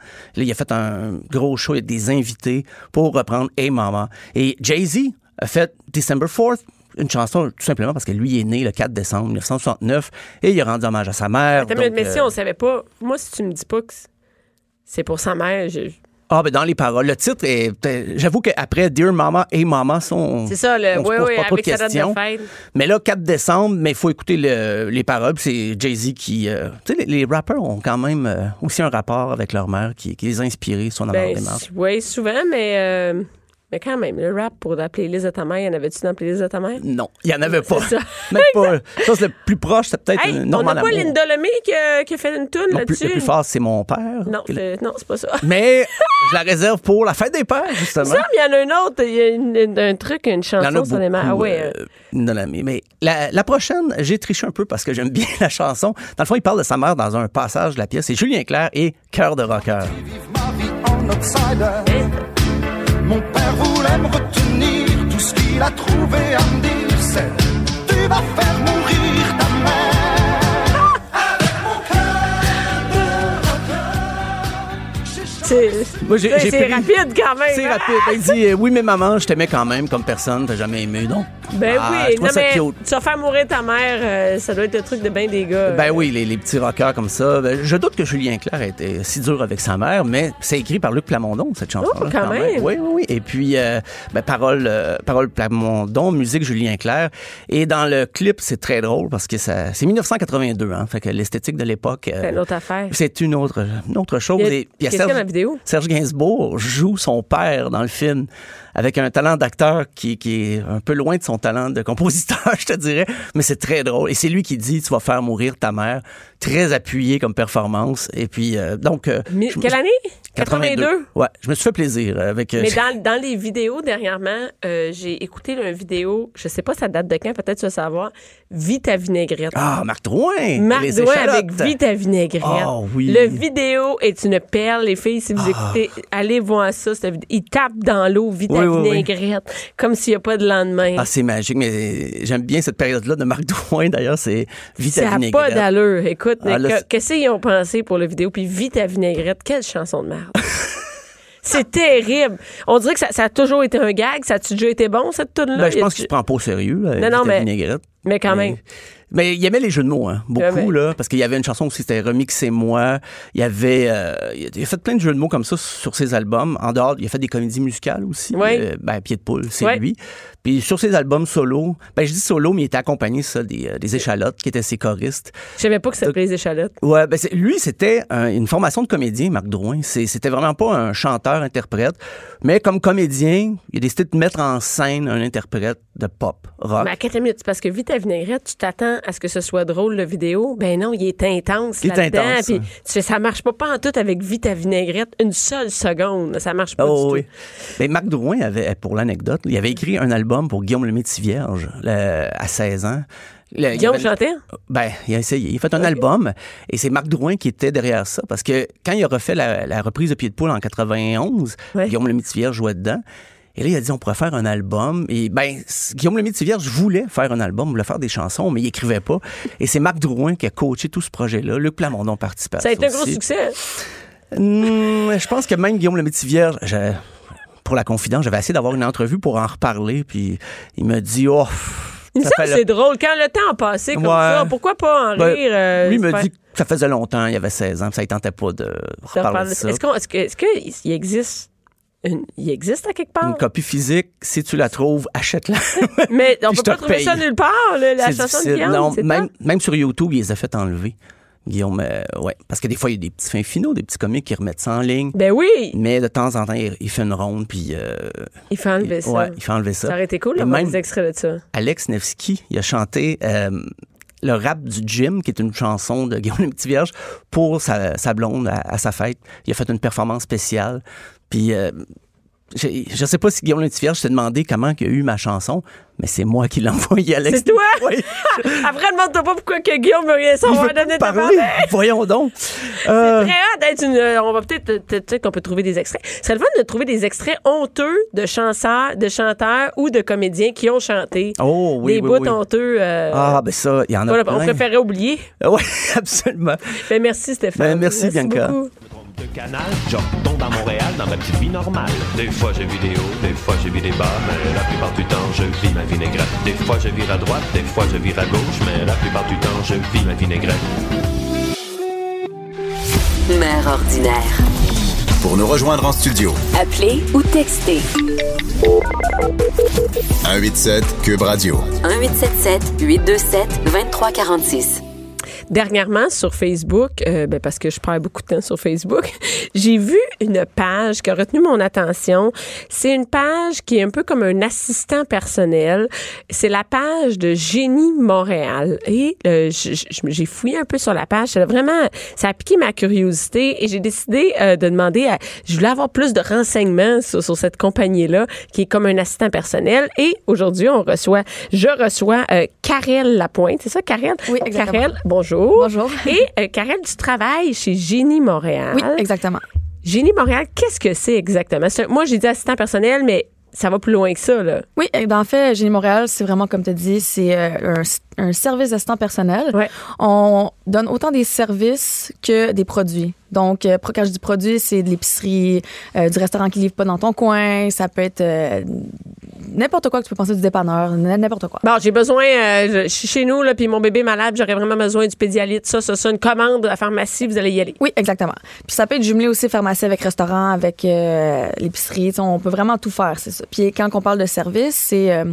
Speaker 6: il a fait un gros show avec des invités pour reprendre Hey Mama. Et Jay-Z a fait December 4th. Une chanson, tout simplement parce que lui il est né le 4 décembre 1969 et il a rendu hommage à sa mère.
Speaker 3: Ah, Attends, mais-
Speaker 6: donc,
Speaker 3: mais si
Speaker 6: euh,
Speaker 3: on savait pas, moi, si tu me dis pas que c'est pour sa mère, je,
Speaker 6: Ah, ben dans les paroles. Le titre est. euh, J'avoue qu'après Dear Mama et Mama, ça, on-
Speaker 3: C'est ça, le-
Speaker 6: on se
Speaker 3: oui,
Speaker 6: pose
Speaker 3: oui,
Speaker 6: pas trop de
Speaker 3: avec sa date de
Speaker 6: questions.
Speaker 3: fête.
Speaker 6: Mais là, 4 décembre, mais il faut écouter le- les paroles. puis C'est Jay-Z qui. euh, tu sais, les, les rappers ont quand même euh, aussi un rapport avec leur mère qui, qui les a inspirés, soit dans leur
Speaker 3: Ben,
Speaker 6: démarche.
Speaker 3: oui, souvent, mais, euh, mais quand même, le rap pour la playlist de ta mère, y en avait-tu dans la playlist de ta mère?
Speaker 6: Non, il n'y en avait pas.
Speaker 3: ça.
Speaker 6: Même pas. Je pense que le plus proche, c'est peut-être
Speaker 3: Hey,
Speaker 6: euh,
Speaker 3: on
Speaker 6: Norman
Speaker 3: n'a pas
Speaker 6: Lamour.
Speaker 3: Linda Lemay qui a, qui a fait une toune
Speaker 6: Non, plus-
Speaker 3: là-dessus?
Speaker 6: Le plus fort, c'est mon père.
Speaker 3: Non, c'est- non, c'est pas ça.
Speaker 6: Mais je la réserve pour la fête des pères, justement.
Speaker 3: Sam, il y en a un autre. Il y a une- une- un truc, une
Speaker 6: Il y en
Speaker 3: chanson
Speaker 6: a
Speaker 3: sur les mères. Ah
Speaker 6: beaucoup,
Speaker 3: ouais.
Speaker 6: euh, dans la- mais- mais la, la prochaine, j'ai triché un peu parce que j'aime bien la chanson. Dans le fond, il parle de sa mère dans un passage de la pièce. C'est Julien Clerc et Cœur de rocker.
Speaker 7: ma vie en outsider. Mon père voulait me retenir, tout ce qu'il a trouvé à me dire, c'est Tu vas faire mourir ta mère. Avec mon cœur de rocker. J'ai
Speaker 3: C'est
Speaker 6: Moi, j'ai-
Speaker 3: c'est-
Speaker 6: j'ai
Speaker 3: c'est
Speaker 6: pris-
Speaker 3: rapide quand même.
Speaker 6: C'est
Speaker 3: hein?
Speaker 6: rapide. Ben, Il dit euh, Oui, mais maman, je t'aimais quand même comme personne, t'as jamais aimé, donc.
Speaker 3: Ben
Speaker 6: Ah,
Speaker 3: oui,
Speaker 6: je trouve
Speaker 3: non,
Speaker 6: ça
Speaker 3: mais
Speaker 6: cute.
Speaker 3: tu vas faire mourir ta mère, euh, ça doit être le truc de ben des gars.
Speaker 6: Ben
Speaker 3: euh.
Speaker 6: oui, les, les petits rockers comme ça. Ben, je doute que Julien Clerc ait été si dur avec sa mère, mais c'est écrit par Luc Plamondon, cette chanson.
Speaker 3: Oh, quand même.
Speaker 6: Oui, oui, oui. Et puis, euh, ben, parole, euh, parole Plamondon, musique Julien Clerc. Et dans le clip, c'est très drôle parce que ça, c'est 1982, hein. Fait que l'esthétique de l'époque. euh,
Speaker 3: C'est une autre affaire.
Speaker 6: c'est une autre, une autre chose.
Speaker 3: Ben, Il y a-
Speaker 6: Et puis, il y a
Speaker 3: qu'est-ce qu'il y a dans la vidéo?
Speaker 6: Serge Gainsbourg joue son père dans le film avec un talent d'acteur qui, qui est un peu loin de son talent de compositeur, je te dirais, mais c'est très drôle. Et c'est lui qui dit Tu vas faire mourir ta mère. Très appuyé comme performance. Et puis, euh, donc. euh,
Speaker 3: Mais
Speaker 6: je Euh, me-
Speaker 3: quelle année? 82.
Speaker 6: Ouais, je me suis fait plaisir avec. euh,
Speaker 3: Mais dans, dans les vidéos dernièrement, euh, j'ai écouté une vidéo, je sais pas ça date de quand, peut-être tu vas savoir, Vie ta vinaigrette.
Speaker 6: Ah, Marc Drouin!
Speaker 3: Marc
Speaker 6: les
Speaker 3: Douin avec
Speaker 6: échalotes.
Speaker 3: Vie ta vinaigrette.
Speaker 6: Ah oui. Ah.
Speaker 3: Le vidéo est une perle, les filles. Si vous écoutez, allez voir ça. cette vidéo. Il tape dans l'eau Vie ta
Speaker 6: Oui, oui, oui.
Speaker 3: vinaigrette, comme s'il n'y a pas de lendemain.
Speaker 6: Ah, c'est magique, mais j'aime bien cette période-là de Marc Drouin, d'ailleurs, c'est
Speaker 3: ça n'a
Speaker 6: vitamine
Speaker 3: pas d'allure. Écoute,
Speaker 6: Ah, là,
Speaker 3: que-
Speaker 6: c'est-
Speaker 3: qu'est-ce qu'ils ont pensé pour la vidéo? Puis Vie ta vinaigrette, quelle chanson de merde. c'est terrible. On dirait que ça, ça a toujours été un gag. Ça a-tu déjà été bon, cette tune-là
Speaker 6: Ben, je pense ben, qu'il se prend pas au sérieux. Là,
Speaker 3: non,
Speaker 6: Vita
Speaker 3: mais-
Speaker 6: Vinaigrette.
Speaker 3: Mais quand même.
Speaker 6: Mais il aimait les jeux de mots, hein, beaucoup,
Speaker 3: Ah ben.
Speaker 6: là, parce qu'il y avait une chanson aussi, c'était Remixez-moi. Il y avait. euh, il a fait plein de jeux de mots comme ça sur ses albums. En dehors, il a fait des comédies musicales aussi.
Speaker 3: Oui.
Speaker 6: Euh, ben, Pied de Poule, c'est
Speaker 3: Oui.
Speaker 6: lui. Puis sur ses albums solo, ben, je dis solo, mais il était accompagné, ça, des, euh, des échalotes qui étaient ses choristes.
Speaker 3: Je savais pas que ça s'appelait les échalotes.
Speaker 6: Ouais, ben c'est- lui, c'était un- une formation de comédien, Marc Drouin. C'est- C'était vraiment pas un chanteur-interprète, mais comme comédien, il a décidé de mettre en scène un interprète de pop, rock.
Speaker 3: Mais à 4 minutes, parce que vite à vinaigrette, tu t'attends à ce que ce soit drôle, le vidéo. Ben non, il est intense
Speaker 6: Il est
Speaker 3: là-dedans.
Speaker 6: intense,
Speaker 3: Puis
Speaker 6: hein.
Speaker 3: tu sais, ça marche pas, pas en tout avec vite à vinaigrette, une seule seconde. Ça marche pas
Speaker 6: Oh,
Speaker 3: du
Speaker 6: oui.
Speaker 3: tout.
Speaker 6: Mais Marc Drouin avait, pour l'anecdote, il avait écrit un album pour Guillaume Lemaitre-Vierge le- à 16 ans. Le- il
Speaker 3: Guillaume
Speaker 6: avait-
Speaker 3: chantait?
Speaker 6: Ben, il a essayé. Il a fait un album et c'est Marc Drouin qui était derrière ça parce que quand il a refait la, la reprise de Pied de Poule en 91,
Speaker 3: Ouais.
Speaker 6: Guillaume Lemaitre-Vierge jouait dedans. Et là, il a dit, on pourrait faire un album. Et ben, c- Guillaume Lemaitre-Vierge voulait faire un album, voulait faire des chansons, mais il écrivait pas. Et c'est Marc Drouin qui a coaché tout ce projet-là. Luc Plamondon participait à
Speaker 3: Ça a été un gros
Speaker 6: aussi.
Speaker 3: succès.
Speaker 6: Hmm, je pense que même Guillaume le Vierge, pour la confidence, j'avais essayé d'avoir une entrevue pour en reparler, puis il me dit Oh, pff,
Speaker 3: Il me
Speaker 6: ça
Speaker 3: semble
Speaker 6: fait
Speaker 3: que
Speaker 6: le-
Speaker 3: c'est drôle. Quand le temps a passé comme
Speaker 6: Ouais.
Speaker 3: ça, pourquoi pas en
Speaker 6: Ben,
Speaker 3: rire? euh,
Speaker 6: Lui il me
Speaker 3: c'est
Speaker 6: dit que ça faisait longtemps, il avait 16 ans, puis ça ne tentait pas de
Speaker 3: pas-
Speaker 6: reparler de ça.
Speaker 3: Est-ce qu'on- est-ce que- est-ce qu'il existe une- il existe à quelque part?
Speaker 6: Une copie physique, si tu la trouves, achète-la.
Speaker 3: Mais on peut
Speaker 6: Puis je
Speaker 3: pas
Speaker 6: te
Speaker 3: trouver
Speaker 6: paye.
Speaker 3: ça nulle part, là, la
Speaker 6: C'est
Speaker 3: chanson
Speaker 6: difficile.
Speaker 3: de Guillaume.
Speaker 6: Non,
Speaker 3: c'est
Speaker 6: même,
Speaker 3: top.
Speaker 6: même sur YouTube, il les a fait enlever. Guillaume, euh, ouais. Parce que des fois, il y a des petits fins finaux, des petits comiques qui remettent ça en ligne.
Speaker 3: Ben oui,
Speaker 6: Mais de temps en temps, il il fait une ronde, puis. euh,
Speaker 3: il faut enlever ça.
Speaker 6: ouais, il fait enlever ça.
Speaker 3: Ça aurait été cool
Speaker 6: Et
Speaker 3: d'avoir
Speaker 6: même-
Speaker 3: des extraits de ça.
Speaker 6: Alex Nevsky, il a chanté euh, le rap du gym, qui est une chanson de Guillaume Petit Vierge, pour sa, sa blonde à, à sa fête. Il a fait une performance spéciale. Puis euh, j'ai- je ne sais pas si Guillaume Petit Vierge s'est demandé comment il a eu ma chanson, mais c'est moi qui l'ai envoyée à Alex.
Speaker 3: C'est toi?
Speaker 6: Oui.
Speaker 3: Après, demande-toi pas pourquoi que Guillaume veut rien
Speaker 6: Il
Speaker 3: savoir
Speaker 6: veut
Speaker 3: donner
Speaker 6: pas
Speaker 3: de ta
Speaker 6: parler. Voyons donc. Euh,
Speaker 3: Très hâte d'être une. euh, On va peut-être. peut-être- Peut-être qu'on peut trouver des extraits. C'est le fun de trouver des extraits honteux de chanteurs, de chanteurs ou de comédiens qui ont chanté.
Speaker 6: Oh, oui,
Speaker 3: Des
Speaker 6: oui,
Speaker 3: bouts
Speaker 6: oui.
Speaker 3: honteux. euh,
Speaker 6: ah, ben ça, il y en a
Speaker 3: voilà,
Speaker 6: plein.
Speaker 3: on préférait oublier.
Speaker 6: Oui, absolument.
Speaker 3: Ben, merci, Stéphane.
Speaker 6: Ben, merci, Bianca.
Speaker 3: beaucoup.
Speaker 9: de canal, je retombe à Montréal dans ma petite vie normale. Des fois je vis des hauts, des fois je vis des bas, mais la plupart du temps je vis ma vinaigrette. Des fois je vire à droite, des fois je vire à gauche, mais la plupart du temps je vis ma vinaigrette.
Speaker 1: Mère ordinaire.
Speaker 2: pour nous rejoindre en studio.
Speaker 1: Appelez ou textez.
Speaker 2: 187 Cube Radio.
Speaker 1: 1877 827 2346.
Speaker 3: Dernièrement, sur Facebook, euh, ben, parce que je perds beaucoup de temps sur Facebook, j'ai vu une page qui a retenu mon attention. C'est une page qui est un peu comme un assistant personnel. C'est la page de Génie Montréal. Et euh, j- j- j'ai fouillé un peu sur la page. Ça a vraiment, ça a piqué ma curiosité et j'ai décidé euh, de demander à, je voulais avoir plus de renseignements sur, sur cette compagnie-là qui est comme un assistant personnel. Et aujourd'hui, on reçoit, je reçois euh, Karel Lapointe. C'est ça, Karel? Oh,
Speaker 10: Oui, exactement.
Speaker 3: Karel, bonjour.
Speaker 10: Bonjour.
Speaker 3: Et euh, Karel, tu travailles chez Génie Montréal.
Speaker 10: Oui, exactement.
Speaker 3: Génie Montréal, qu'est-ce que c'est exactement? C'est un- Moi, j'ai dit assistant personnel, mais ça va plus loin que ça, là.
Speaker 10: Oui, eh ben, en fait, Génie Montréal, c'est vraiment, comme tu dis, c'est euh, un, s- un service d'assistant personnel.
Speaker 3: Ouais.
Speaker 10: On donne autant des services que des produits. Donc, euh, pro- quand je dis produits, c'est de l'épicerie, euh, du restaurant qui livre pas dans ton coin, ça peut être euh, n'importe quoi que tu peux penser du dépanneur, n- n'importe quoi.
Speaker 3: Bon, j'ai besoin, euh, je je suis chez nous, là, puis mon bébé est malade, j'aurais vraiment besoin du pédialyte, ça, ça, ça, une commande à la pharmacie, vous allez y aller.
Speaker 10: Oui, exactement. Puis ça peut être jumelé aussi pharmacie avec restaurant, avec euh, l'épicerie. Tu sais, On peut vraiment tout faire, c'est ça. Puis quand on parle de service, c'est euh,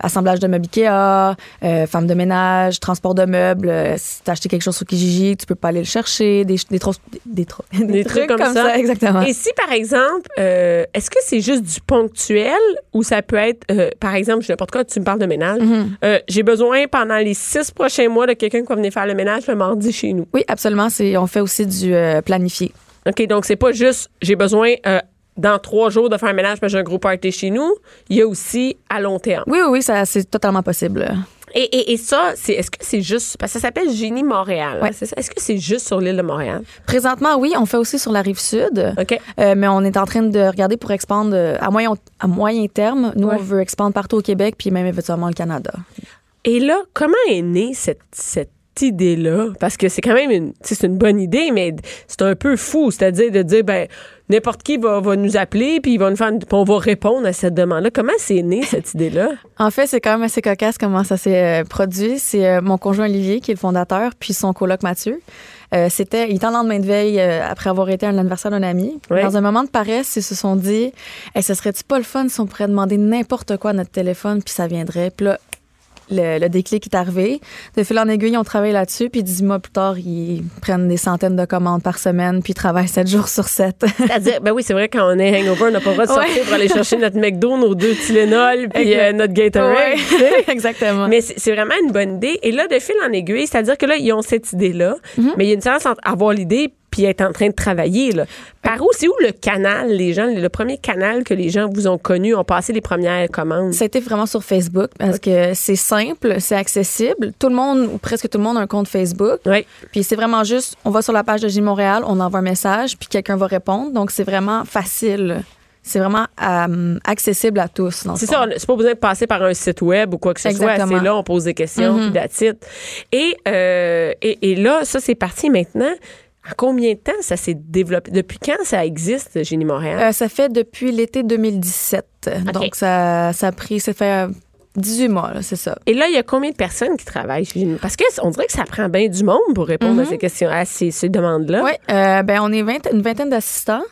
Speaker 10: assemblage de meubles Ikea, euh, femme de ménage, transport de meubles. euh, si t'as acheté quelque chose sur Kijiji, tu peux pas aller le chercher. Des, ch- des, tros- des, tro- des
Speaker 3: Des trucs comme ça.
Speaker 10: Exactement.
Speaker 3: Et si, par exemple, euh, est-ce que c'est juste du ponctuel ou ça peut être, euh, par exemple, je dis n'importe quoi, tu me parles de ménage,
Speaker 10: Mhm.
Speaker 3: euh, j'ai besoin pendant les six prochains mois de quelqu'un qui va venir faire le ménage le mardi chez nous.
Speaker 10: Oui, absolument. C'est, on fait aussi du euh, planifié.
Speaker 3: OK, donc c'est pas juste j'ai besoin euh, dans trois jours de faire un ménage parce que j'ai un gros party chez nous. Il y a aussi à long terme.
Speaker 10: Oui, oui, oui, ça, c'est totalement possible.
Speaker 3: Et, et, et ça, c'est est-ce que c'est juste parce que ça s'appelle Génie Montréal. hein,
Speaker 10: Ouais.
Speaker 3: c'est ça? Est-ce que c'est juste sur l'île de Montréal?
Speaker 10: Présentement, oui, on fait aussi sur la rive sud.
Speaker 3: OK.
Speaker 10: Euh, mais on est en train de regarder pour expandre euh, à moyen, à moyen terme. Nous,
Speaker 3: Ouais.
Speaker 10: on veut expandre partout au Québec, puis même éventuellement le Canada.
Speaker 3: Et là, comment est née cette, cette idée-là? Parce que c'est quand même une, tu sais, c'est une bonne idée, mais c'est un peu fou. C'est-à-dire de dire, ben, n'importe qui va, va nous appeler, puis il va nous faire une- puis on va répondre à cette demande-là. Comment c'est né cette idée-là?
Speaker 10: En fait, c'est quand même assez cocasse comment ça s'est euh, produit. C'est euh, mon conjoint Olivier qui est le fondateur, puis son coloc Mathieu. Euh, c'était, il était en lendemain de veille euh, après avoir été à l'anniversaire d'un ami.
Speaker 3: Ouais.
Speaker 10: Dans un moment de paresse, ils se sont dit Eh, ce serait-tu pas le fun si on pourrait demander n'importe quoi à notre téléphone, puis ça viendrait. Puis là, le, le déclic est arrivé. De fil en aiguille, on travaille là-dessus, puis dix mois plus tard, ils prennent des centaines de commandes par semaine, puis ils travaillent sept jours sur sept.
Speaker 3: C'est-à-dire, ben oui, c'est vrai, quand on est hangover, on n'a pas le droit de sortir
Speaker 10: Ouais.
Speaker 3: pour aller chercher notre McDo, nos deux Tylenol, puis
Speaker 10: Exact.
Speaker 3: euh, notre Gatorade.
Speaker 10: Ouais.
Speaker 3: tu sais.
Speaker 10: Exactement.
Speaker 3: Mais c'est c'est vraiment une bonne idée. Et là, de fil en aiguille, c'est-à-dire que là, ils ont cette idée-là,
Speaker 10: Mhm.
Speaker 3: mais il y a une différence entre avoir l'idée puis être en train de travailler. Là. Par où, c'est où le canal, les gens, le premier canal que les gens vous ont connu, ont passé les premières commandes?
Speaker 10: Ça a été vraiment sur Facebook parce que c'est simple, Euh, c'est accessible. Tout le monde, ou presque tout le monde, a un compte Facebook.
Speaker 3: Oui.
Speaker 10: Puis c'est vraiment juste, on va sur la page de J Montréal, on envoie un message, puis quelqu'un va répondre. Donc c'est vraiment facile. C'est vraiment euh, accessible à tous. dans le
Speaker 3: C'est
Speaker 10: fond.
Speaker 3: ça, on- c'est pas besoin de passer par un site web ou quoi que ce soit.
Speaker 10: Exactement. Mhm.
Speaker 3: C'est là, on pose des questions, puis that's it. Et, euh, et, et là, ça, c'est parti maintenant. En combien de temps ça s'est développé? Depuis quand ça existe, Génie Montréal?
Speaker 10: Euh, ça fait depuis l'été 2017. Donc ça, ça a pris, ça fait euh, 18 mois, là, c'est ça.
Speaker 3: Et là, il y a combien de personnes qui travaillent chez nous? Parce qu'on dirait que ça prend bien du monde pour répondre
Speaker 10: Mhm.
Speaker 3: à ces questions, à ces, ces demandes-là.
Speaker 10: Oui, euh, ben on est vingt- une vingtaine d'assistants.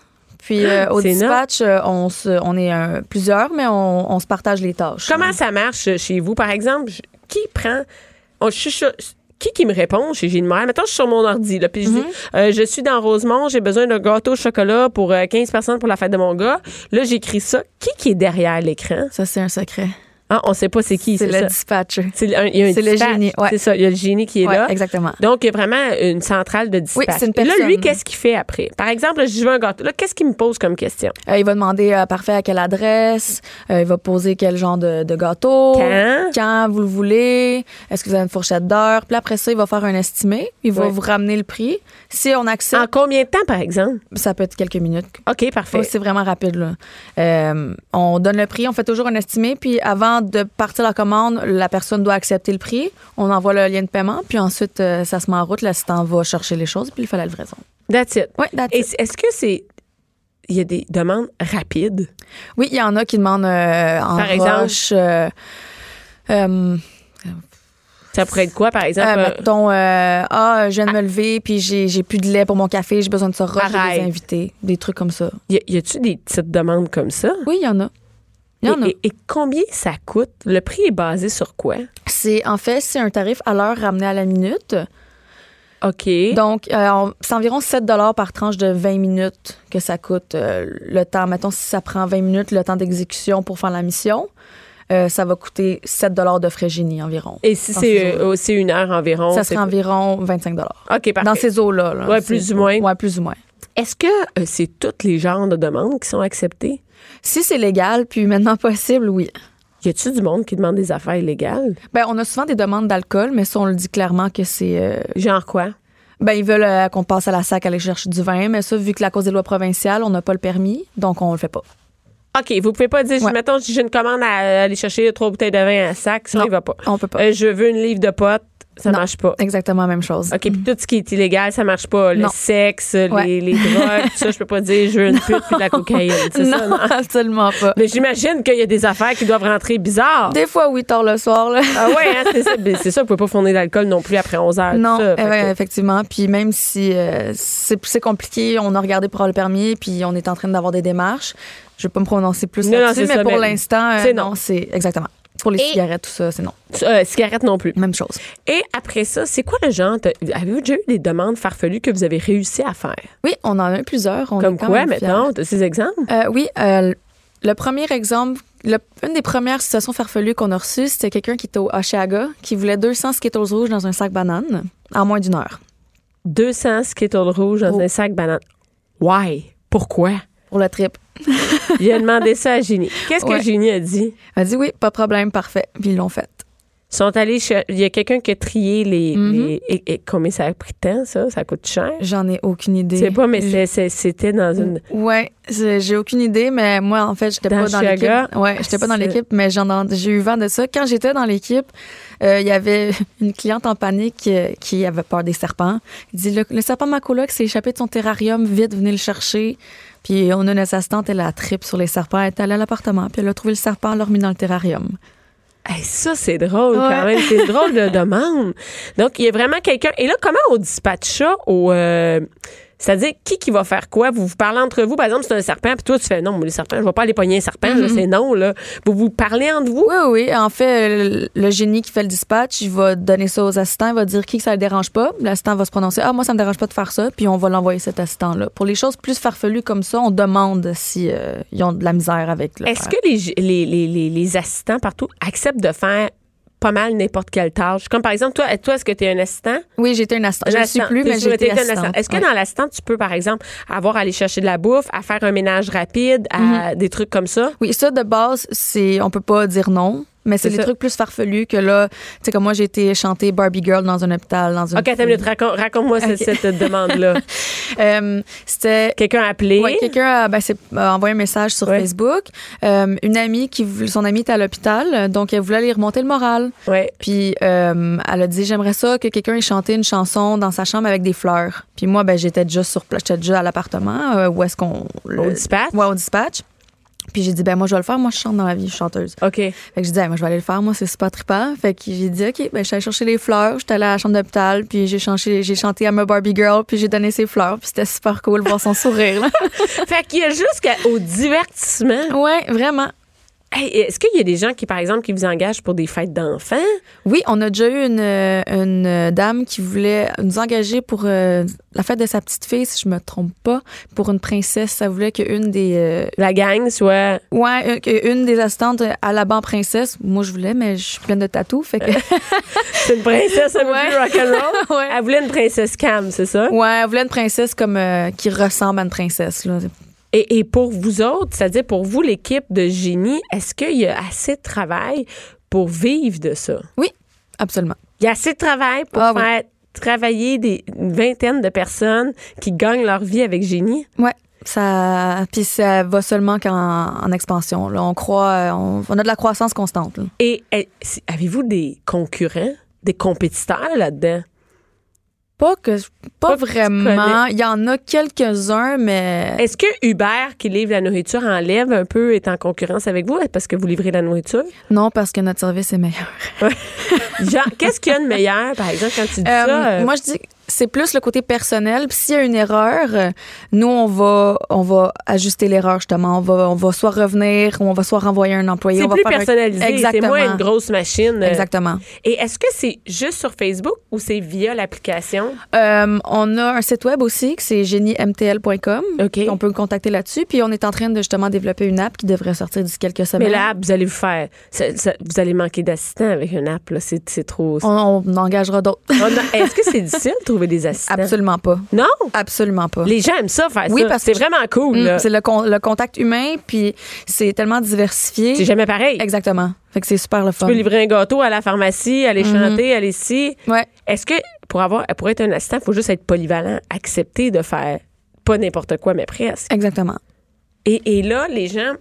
Speaker 10: Puis euh, au
Speaker 3: C'est énorme.
Speaker 10: dispatch, euh, on, se, on est euh, plusieurs, mais on, on se partage les tâches.
Speaker 3: Comment ça marche euh, chez vous? Par exemple, je- qui prend. on- je suis sur- qui qui me répond chez Gilles Morel? Mettons, je suis sur mon ordi, là,
Speaker 10: Mhm.
Speaker 3: puis je dis euh, Je suis dans Rosemont, j'ai besoin d'un gâteau au chocolat pour euh, 15 personnes pour la fête de mon gars. Là, j'écris ça. Qui qui est derrière l'écran?
Speaker 10: Ça, c'est un secret.
Speaker 3: Ah, on sait pas c'est qui,
Speaker 10: C'est
Speaker 3: c'est
Speaker 10: le
Speaker 3: ça.
Speaker 10: dispatcher.
Speaker 3: C'est un- il y a un
Speaker 10: c'est le
Speaker 3: dispatch.
Speaker 10: génie, ouais.
Speaker 3: C'est ça, il y a le génie qui est
Speaker 10: Ouais,
Speaker 3: là.
Speaker 10: exactement.
Speaker 3: Donc, il y a vraiment une centrale de dispatch.
Speaker 10: Oui, c'est une
Speaker 3: Et là,
Speaker 10: personne.
Speaker 3: lui, qu'est-ce qu'il fait après? Par exemple, là, je veux un gâteau. Là, qu'est-ce qu'il me pose comme question?
Speaker 10: Euh, il va demander euh, parfait à quelle adresse, euh, il va poser quel genre de, de gâteau,
Speaker 3: Quand?
Speaker 10: vous le voulez, est-ce que vous avez une fourchette d'heure. Puis après ça, il va faire un estimé, il va
Speaker 3: Ouais.
Speaker 10: vous ramener le prix. Si on accepte,
Speaker 3: En combien de temps, par exemple?
Speaker 10: ça peut être quelques minutes.
Speaker 3: OK, parfait.
Speaker 10: Ouais, Oh, c'est vraiment rapide. Là. Euh, on donne le prix, on fait toujours un estimé, puis avant de partir la commande, la personne doit accepter le prix, on envoie le lien de paiement, puis ensuite euh, ça se met en route, l'assistant va chercher les choses, puis il fait la livraison.
Speaker 3: That's it.
Speaker 10: Ouais, that's
Speaker 3: Et
Speaker 10: it.
Speaker 3: c- Est-ce que c'est. Il y a des demandes rapides?
Speaker 10: Oui, il y en a qui demandent euh, en
Speaker 3: Par exemple?
Speaker 10: roche. euh, euh,
Speaker 3: Ça pourrait être quoi, par exemple?
Speaker 10: Euh, mettons, euh, ah, je viens de me lever, puis j'ai j'ai plus de lait pour mon café, j'ai besoin
Speaker 3: Euh,
Speaker 10: de ça, j'ai
Speaker 3: Arrête.
Speaker 10: des invités, des trucs comme ça.
Speaker 3: Y, a- y a-tu des petites demandes comme ça?
Speaker 10: Oui, il y en a. Il y en
Speaker 3: et,
Speaker 10: a.
Speaker 3: et- et combien ça coûte? Le prix est basé sur quoi?
Speaker 10: C'est en fait c'est un tarif à l'heure ramené à la minute.
Speaker 3: OK.
Speaker 10: Donc euh, on- c'est environ 7 dollars par tranche de 20 minutes que ça coûte euh, le temps. Mettons si ça prend 20 minutes le temps d'exécution pour faire la mission, euh, ça va coûter 7 dollars de frais génie environ.
Speaker 3: et si
Speaker 10: Dans
Speaker 3: c'est
Speaker 10: ces
Speaker 3: euh, c'est une heure environ?
Speaker 10: ça
Speaker 3: c'est-
Speaker 10: serait environ 25 dollars.
Speaker 3: OK, parfait.
Speaker 10: Dans ces eaux-là. là.
Speaker 3: Ouais,
Speaker 10: C'est-
Speaker 3: plus ou moins.
Speaker 10: Ouais, plus ou moins.
Speaker 3: Est-ce que euh, c'est tous les genres de demandes qui sont acceptées?
Speaker 10: Si c'est légal, puis maintenant possible, oui.
Speaker 3: Y a-tu du monde qui demande des affaires illégales?
Speaker 10: Ben, on a souvent des demandes d'alcool, mais ça, on le dit clairement que c'est. euh,
Speaker 3: Genre quoi?
Speaker 10: ben, ils veulent euh, qu'on passe à la sac aller chercher du vin, mais ça, vu que la cause des lois provinciales, on n'a pas le permis, donc on le fait pas.
Speaker 3: OK, vous pouvez pas dire, je-
Speaker 10: Ouais.
Speaker 3: mettons, j'ai une commande à aller chercher trois bouteilles de vin à un sac, ça,
Speaker 10: Non,
Speaker 3: il va pas.
Speaker 10: On peut pas.
Speaker 3: Euh, je veux une livre de potes, ça
Speaker 10: Non.
Speaker 3: marche pas.
Speaker 10: Exactement la même chose.
Speaker 3: OK, puis tout ce qui est illégal, ça marche pas. Le
Speaker 10: Non.
Speaker 3: sexe,
Speaker 10: Ouais.
Speaker 3: les, les drogues, tout ça, je peux pas dire, je veux une pute puis de la cocaïne. C'est
Speaker 10: non,
Speaker 3: ça, non?
Speaker 10: absolument pas.
Speaker 3: Mais j'imagine qu'il y a des affaires qui doivent rentrer bizarres.
Speaker 10: Des fois, oui, tard le soir. Là.
Speaker 3: Ah ouais, hein, c'est ça. Ben, C'est ça, vous pouvez pas fournir d'alcool non plus après 11 heures.
Speaker 10: Non,
Speaker 3: tout ça. Fait
Speaker 10: eh ben,
Speaker 3: que-
Speaker 10: effectivement. Puis même si euh, c'est c'est compliqué, on a regardé pour avoir le permis, puis on est en train d'avoir des démarches. Je ne vais pas me prononcer plus
Speaker 3: Non, non,
Speaker 10: là-dessus,
Speaker 3: c'est
Speaker 10: mais
Speaker 3: ça,
Speaker 10: pour
Speaker 3: mais
Speaker 10: l'instant, euh,
Speaker 3: c'est non.
Speaker 10: non, c'est exactement. Pour les
Speaker 3: Et-
Speaker 10: cigarettes, tout ça, c'est non.
Speaker 3: Euh, cigarette non plus.
Speaker 10: Même chose.
Speaker 3: Et après ça, c'est quoi le genre? de- Avez-vous déjà eu des demandes farfelues que vous avez réussi à faire?
Speaker 10: Oui, on en a eu plusieurs. On
Speaker 3: Comme
Speaker 10: est quand
Speaker 3: quoi,
Speaker 10: même fiers.
Speaker 3: maintenant, de ces exemples?
Speaker 10: Euh, oui, euh, le premier exemple, le- une des premières situations farfelues qu'on a reçues, c'était quelqu'un qui était au Oshaga, qui voulait 200 Skittles rouges dans un sac banane en moins d'une heure
Speaker 3: 200 Skittles rouges dans
Speaker 10: Oh.
Speaker 3: un sac banane. Why? Pourquoi?
Speaker 10: pour le trip.
Speaker 3: J'ai demandé ça à Ginny. Qu'est-ce que
Speaker 10: Ouais.
Speaker 3: Ginny a dit?
Speaker 10: Elle a dit oui, pas de problème, parfait. Puis ils l'ont fait.
Speaker 3: Ils sont allés chez- Il y a quelqu'un qui a trié les.
Speaker 10: Mhm.
Speaker 3: les- et, et combien ça a pris de temps, ça? Ça coûte cher?
Speaker 10: J'en ai aucune idée.
Speaker 3: Je sais pas, mais c'est- c'est- c'était dans une.
Speaker 10: Ouais, c'est- j'ai aucune idée, mais moi en fait, j'étais
Speaker 3: Dans
Speaker 10: pas dans
Speaker 3: Chiaga,
Speaker 10: l'équipe. Ouais, j'étais pas dans
Speaker 3: c'est-
Speaker 10: l'équipe, mais j'en en- j'ai eu vent de ça. Quand j'étais dans l'équipe, euh, il y avait une cliente en panique euh, qui avait peur des serpents. Il dit le, le serpent de ma coloc s'est échappé de son terrarium, vite venez le chercher. Puis on a notre assistante, elle a trip sur les serpents, elle est allée à l'appartement, puis elle a trouvé le serpent, elle l'a remis dans le terrarium.
Speaker 3: Hey, ça, c'est drôle quand
Speaker 10: Ouais.
Speaker 3: même. C'est une drôle de demande. Donc, il y a vraiment quelqu'un. Et là, comment on dispatche ça au. euh, C'est-à-dire, qui qui va faire quoi? Vous vous parlez entre vous. Par exemple, c'est un serpent, puis toi, tu fais non, mais les serpents, je vais pas aller pogner un serpent,
Speaker 10: Mm-hmm.
Speaker 3: là, c'est non, là. Vous vous parlez entre vous?
Speaker 10: Oui, Ah oui. En fait, euh, le- le génie qui fait le dispatch, il va donner ça aux assistants, il va dire qui que ça le dérange pas. L'assistant va se prononcer Ah, moi, ça me dérange pas de faire ça, puis on va l'envoyer cet assistant-là. Pour les choses plus farfelues comme ça, on demande si euh, ils ont de la misère avec le.
Speaker 3: Est-ce que les, les, les, les, les assistants partout acceptent de faire pas mal n'importe quelle tâche? Comme par exemple, toi, toi est-ce que tu es un assistant?
Speaker 10: Oui, j'étais une assistante. Je ne suis
Speaker 3: L'assistant.
Speaker 10: plus,
Speaker 3: T'es
Speaker 10: mais
Speaker 3: sûre,
Speaker 10: j'étais
Speaker 3: t'étais une
Speaker 10: assistante.
Speaker 3: assistante. Est-ce que
Speaker 10: Ouais.
Speaker 3: dans l'assistant, tu peux, par exemple, avoir à aller chercher de la bouffe, à faire un ménage rapide, à des trucs comme ça?
Speaker 10: Mm-hmm. Oui, ça de base, c'est on peut pas dire non, mais c'est
Speaker 3: C'est
Speaker 10: les
Speaker 3: ça.
Speaker 10: trucs plus farfelus que là, tu sais comme moi j'ai été chanter Barbie Girl dans un euh, hôpital dans une
Speaker 3: OK, attends une minute, raconte- raconte-moi cette-
Speaker 10: Ok.
Speaker 3: cette, demande-là.
Speaker 10: Euh, c'était
Speaker 3: Quelqu'un a appelé.
Speaker 10: Ouais, quelqu'un a, ben, s'est, euh, envoyé un message sur
Speaker 3: Ouais.
Speaker 10: Facebook. Euh, une amie qui vou- son amie était à l'hôpital, euh, donc elle voulait lui remonter le moral.
Speaker 3: Ouais.
Speaker 10: Puis euh, elle a dit j'aimerais ça que quelqu'un ait chanté une chanson dans sa chambre avec des fleurs. Puis moi ben j'étais déjà sur place, j'étais déjà à l'appartement euh, où est-ce qu'on le-
Speaker 3: Au dispatch?
Speaker 10: Ouais, au dispatch. Puis j'ai dit ben moi je vais le faire, moi je chante dans la vie, je suis chanteuse.
Speaker 3: OK.
Speaker 10: Fait que j'ai dit Ah, moi je vais aller le faire, moi c'est super trippant. Fait que j'ai dit OK, ben je suis allée chercher les fleurs, j'étais allée à la chambre d'hôpital, puis j'ai chanté j'ai chanté I'm a Barbie girl, puis j'ai donné ses fleurs, puis c'était super cool de voir son sourire. là.
Speaker 3: fait qu'il y a jusqu'au divertissement.
Speaker 10: Ouais, vraiment.
Speaker 3: Hey, Est-ce qu'il y a des gens qui, par exemple, qui vous engagent pour des fêtes d'enfants?
Speaker 10: Oui, on a déjà eu une, euh, une euh, dame qui voulait nous engager pour euh, la fête de sa petite fille, si je me trompe pas, pour une princesse. Ça voulait qu'une des euh,
Speaker 3: La gang soit...
Speaker 10: ouais, euh, qu'une des assistantes euh, à la banque princesse. Moi, je voulais, mais je suis pleine de tatous, fait que
Speaker 3: C'est une princesse un peu
Speaker 10: Ouais.
Speaker 3: plus rock'n'roll.
Speaker 10: ouais.
Speaker 3: Elle voulait une princesse calme, c'est ça?
Speaker 10: ouais, elle voulait une princesse comme euh, qui ressemble à une princesse. Là.
Speaker 3: Et, et pour vous autres, c'est-à-dire pour vous, l'équipe de génie, est-ce qu'il y a assez de travail pour vivre de ça?
Speaker 10: Oui, absolument.
Speaker 3: Il y a assez de travail pour
Speaker 10: Ah oui.
Speaker 3: faire travailler des une vingtaine de personnes qui gagnent leur vie avec génie?
Speaker 10: Ouais. Ça, puis ça va seulement qu'en en expansion. Là. On croit, euh, on, on a de la croissance constante. là.
Speaker 3: Et, et, si- avez-vous des concurrents, des compétiteurs là-dedans?
Speaker 10: Pas que pas, vraiment. Il y en a quelques-uns, mais
Speaker 3: Est-ce que Uber, qui livre la nourriture, enlève un peu, est en concurrence avec vous? Parce que vous livrez la nourriture?
Speaker 10: non parce que notre service est meilleur.
Speaker 3: Genre, qu'est-ce qu'il y a de meilleur, par exemple, quand tu dis
Speaker 10: Euh,
Speaker 3: ça? euh,
Speaker 10: Moi, je dis que c'est plus le côté personnel. Puis s'il y a une erreur, euh, nous, on va, on va ajuster l'erreur, justement. On va, on va soit revenir ou on va soit renvoyer un employé.
Speaker 3: c'est
Speaker 10: on va
Speaker 3: plus
Speaker 10: faire un-
Speaker 3: personnalisé. C'est
Speaker 10: Exactement.
Speaker 3: moins une grosse machine. euh.
Speaker 10: Exactement.
Speaker 3: Et est-ce que c'est juste sur Facebook ou c'est via l'application?
Speaker 10: Euh, on a un site web aussi, que c'est géniemtl.com. On peut me contacter là-dessus. Puis on est en train de justement développer une app qui devrait sortir d'ici quelques
Speaker 3: Mais
Speaker 10: semaines.
Speaker 3: l'app, vous allez vous faire. ça- ça- vous allez manquer d'assistants avec une app. là. C'est c'est trop.
Speaker 10: on, on engagera d'autres.
Speaker 3: Oh non, Est-ce que c'est difficile de trouver des assistants?
Speaker 10: Absolument pas.
Speaker 3: Non?
Speaker 10: Absolument pas.
Speaker 3: Les gens aiment ça, faire
Speaker 10: Oui,
Speaker 3: ça.
Speaker 10: parce
Speaker 3: c'est
Speaker 10: que-
Speaker 3: vraiment cool.
Speaker 10: Mm,
Speaker 3: là.
Speaker 10: C'est le, con- le contact humain, puis c'est tellement diversifié.
Speaker 3: C'est jamais pareil.
Speaker 10: Exactement. Fait que c'est super le fun.
Speaker 3: Tu peux livrer un gâteau à la pharmacie, aller
Speaker 10: Mhm.
Speaker 3: chanter, aller ici.
Speaker 10: Ouais.
Speaker 3: Est-ce que pour avoir pour être un assistant, il faut juste être polyvalent, accepter de faire pas n'importe quoi, mais presque.
Speaker 10: Exactement.
Speaker 3: Et, et là, les gens,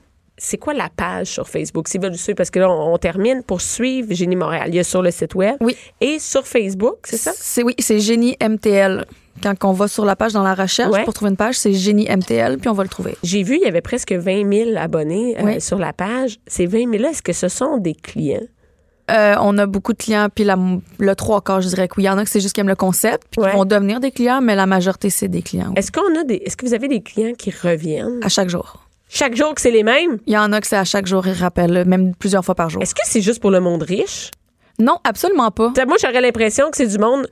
Speaker 3: c'est quoi la page sur Facebook? S'ils veulent nous suivre, parce que là, on, on termine pour suivre Génie Montréal. Il y a sur le site web.
Speaker 10: Oui.
Speaker 3: Et sur Facebook, c'est ça?
Speaker 10: C'est oui, c'est Génie MTL. Quand on va sur la page dans la recherche
Speaker 3: Ouais.
Speaker 10: pour trouver une page, c'est Génie MTL, puis on va le trouver.
Speaker 3: J'ai vu, il y avait presque 20 000 abonnés euh,
Speaker 10: Oui.
Speaker 3: sur la page. Ces 20 000-là, est-ce que ce sont des clients?
Speaker 10: Euh, on a beaucoup de clients, puis la- le trois quarts, je dirais que oui. Il y en a qui c'est juste qui aiment le concept, puis qui vont devenir des clients, mais la majorité, c'est des clients.
Speaker 3: Est-ce qu'on a des. Est-ce que vous avez des clients qui reviennent?
Speaker 10: À chaque jour.
Speaker 3: Chaque jour que c'est les mêmes?
Speaker 10: Il y en a que c'est à chaque jour, ils rappellent, même plusieurs fois par jour.
Speaker 3: Est-ce que c'est juste pour le monde riche?
Speaker 10: Non, absolument pas.
Speaker 3: moi, j'aurais l'impression que c'est du monde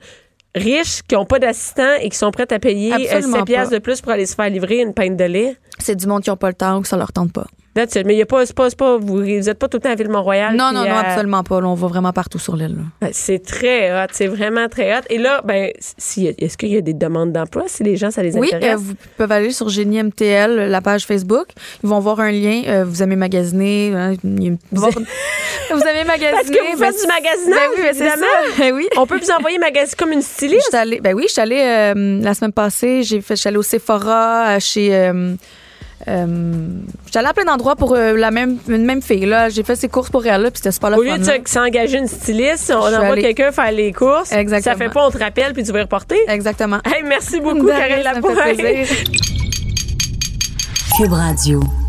Speaker 3: riche qui n'ont pas d'assistant et qui sont prêts à payer euh,
Speaker 10: Absolument
Speaker 3: 7 piastres
Speaker 10: pas.
Speaker 3: de plus pour aller se faire livrer une pinte de lait.
Speaker 10: C'est du monde qui n'a pas le temps ou que ça leur tente pas.
Speaker 3: That's it. Mais il y a pas, c'est pas, c'est pas- vous n'êtes pas tout le temps à Ville-Mont-Royal.
Speaker 10: Non,
Speaker 3: puis
Speaker 10: non, non,
Speaker 3: à-
Speaker 10: absolument pas. Là, on va vraiment partout sur l'île. là.
Speaker 3: C'est très hot, c'est vraiment très hot. Et là, ben, si, est-ce qu'il y a des demandes d'emploi? Si les gens, ça les
Speaker 10: Oui,
Speaker 3: intéresse?
Speaker 10: euh, vous peuvent aller sur Génie MTL, la page Facebook. Ils vont voir un lien. euh, vous aimez magasiner. hein, il y a une- vous, avez magasiné.
Speaker 3: Parce que vous
Speaker 10: ben,
Speaker 3: faites du magasinage,
Speaker 10: ben oui, ben c'est
Speaker 3: évidemment.
Speaker 10: ça. Ben oui.
Speaker 3: On peut vous envoyer magasin comme une
Speaker 10: Je
Speaker 3: styliste.
Speaker 10: suis allée- ben oui, je suis allée euh, la semaine passée. J'ai fait, je suis allée au Sephora, euh, chez. Euh, euh, je suis allée à plein d'endroits pour euh, la même, une même fille. là. J'ai fait ses courses pour elle, là, puis c'était super le
Speaker 3: Au
Speaker 10: fun,
Speaker 3: lieu de
Speaker 10: là.
Speaker 3: se- s'engager une styliste, on
Speaker 10: Je suis
Speaker 3: envoie
Speaker 10: allée-
Speaker 3: quelqu'un faire les courses.
Speaker 10: Exactement.
Speaker 3: Ça fait pas, on te rappelle, puis tu vas y reporter.
Speaker 10: Exactement. Ben,
Speaker 3: Hey, merci beaucoup,
Speaker 10: De rien,
Speaker 3: Karine
Speaker 10: ça me fait
Speaker 3: Lapointe.
Speaker 10: plaisir.
Speaker 1: Cube Radio.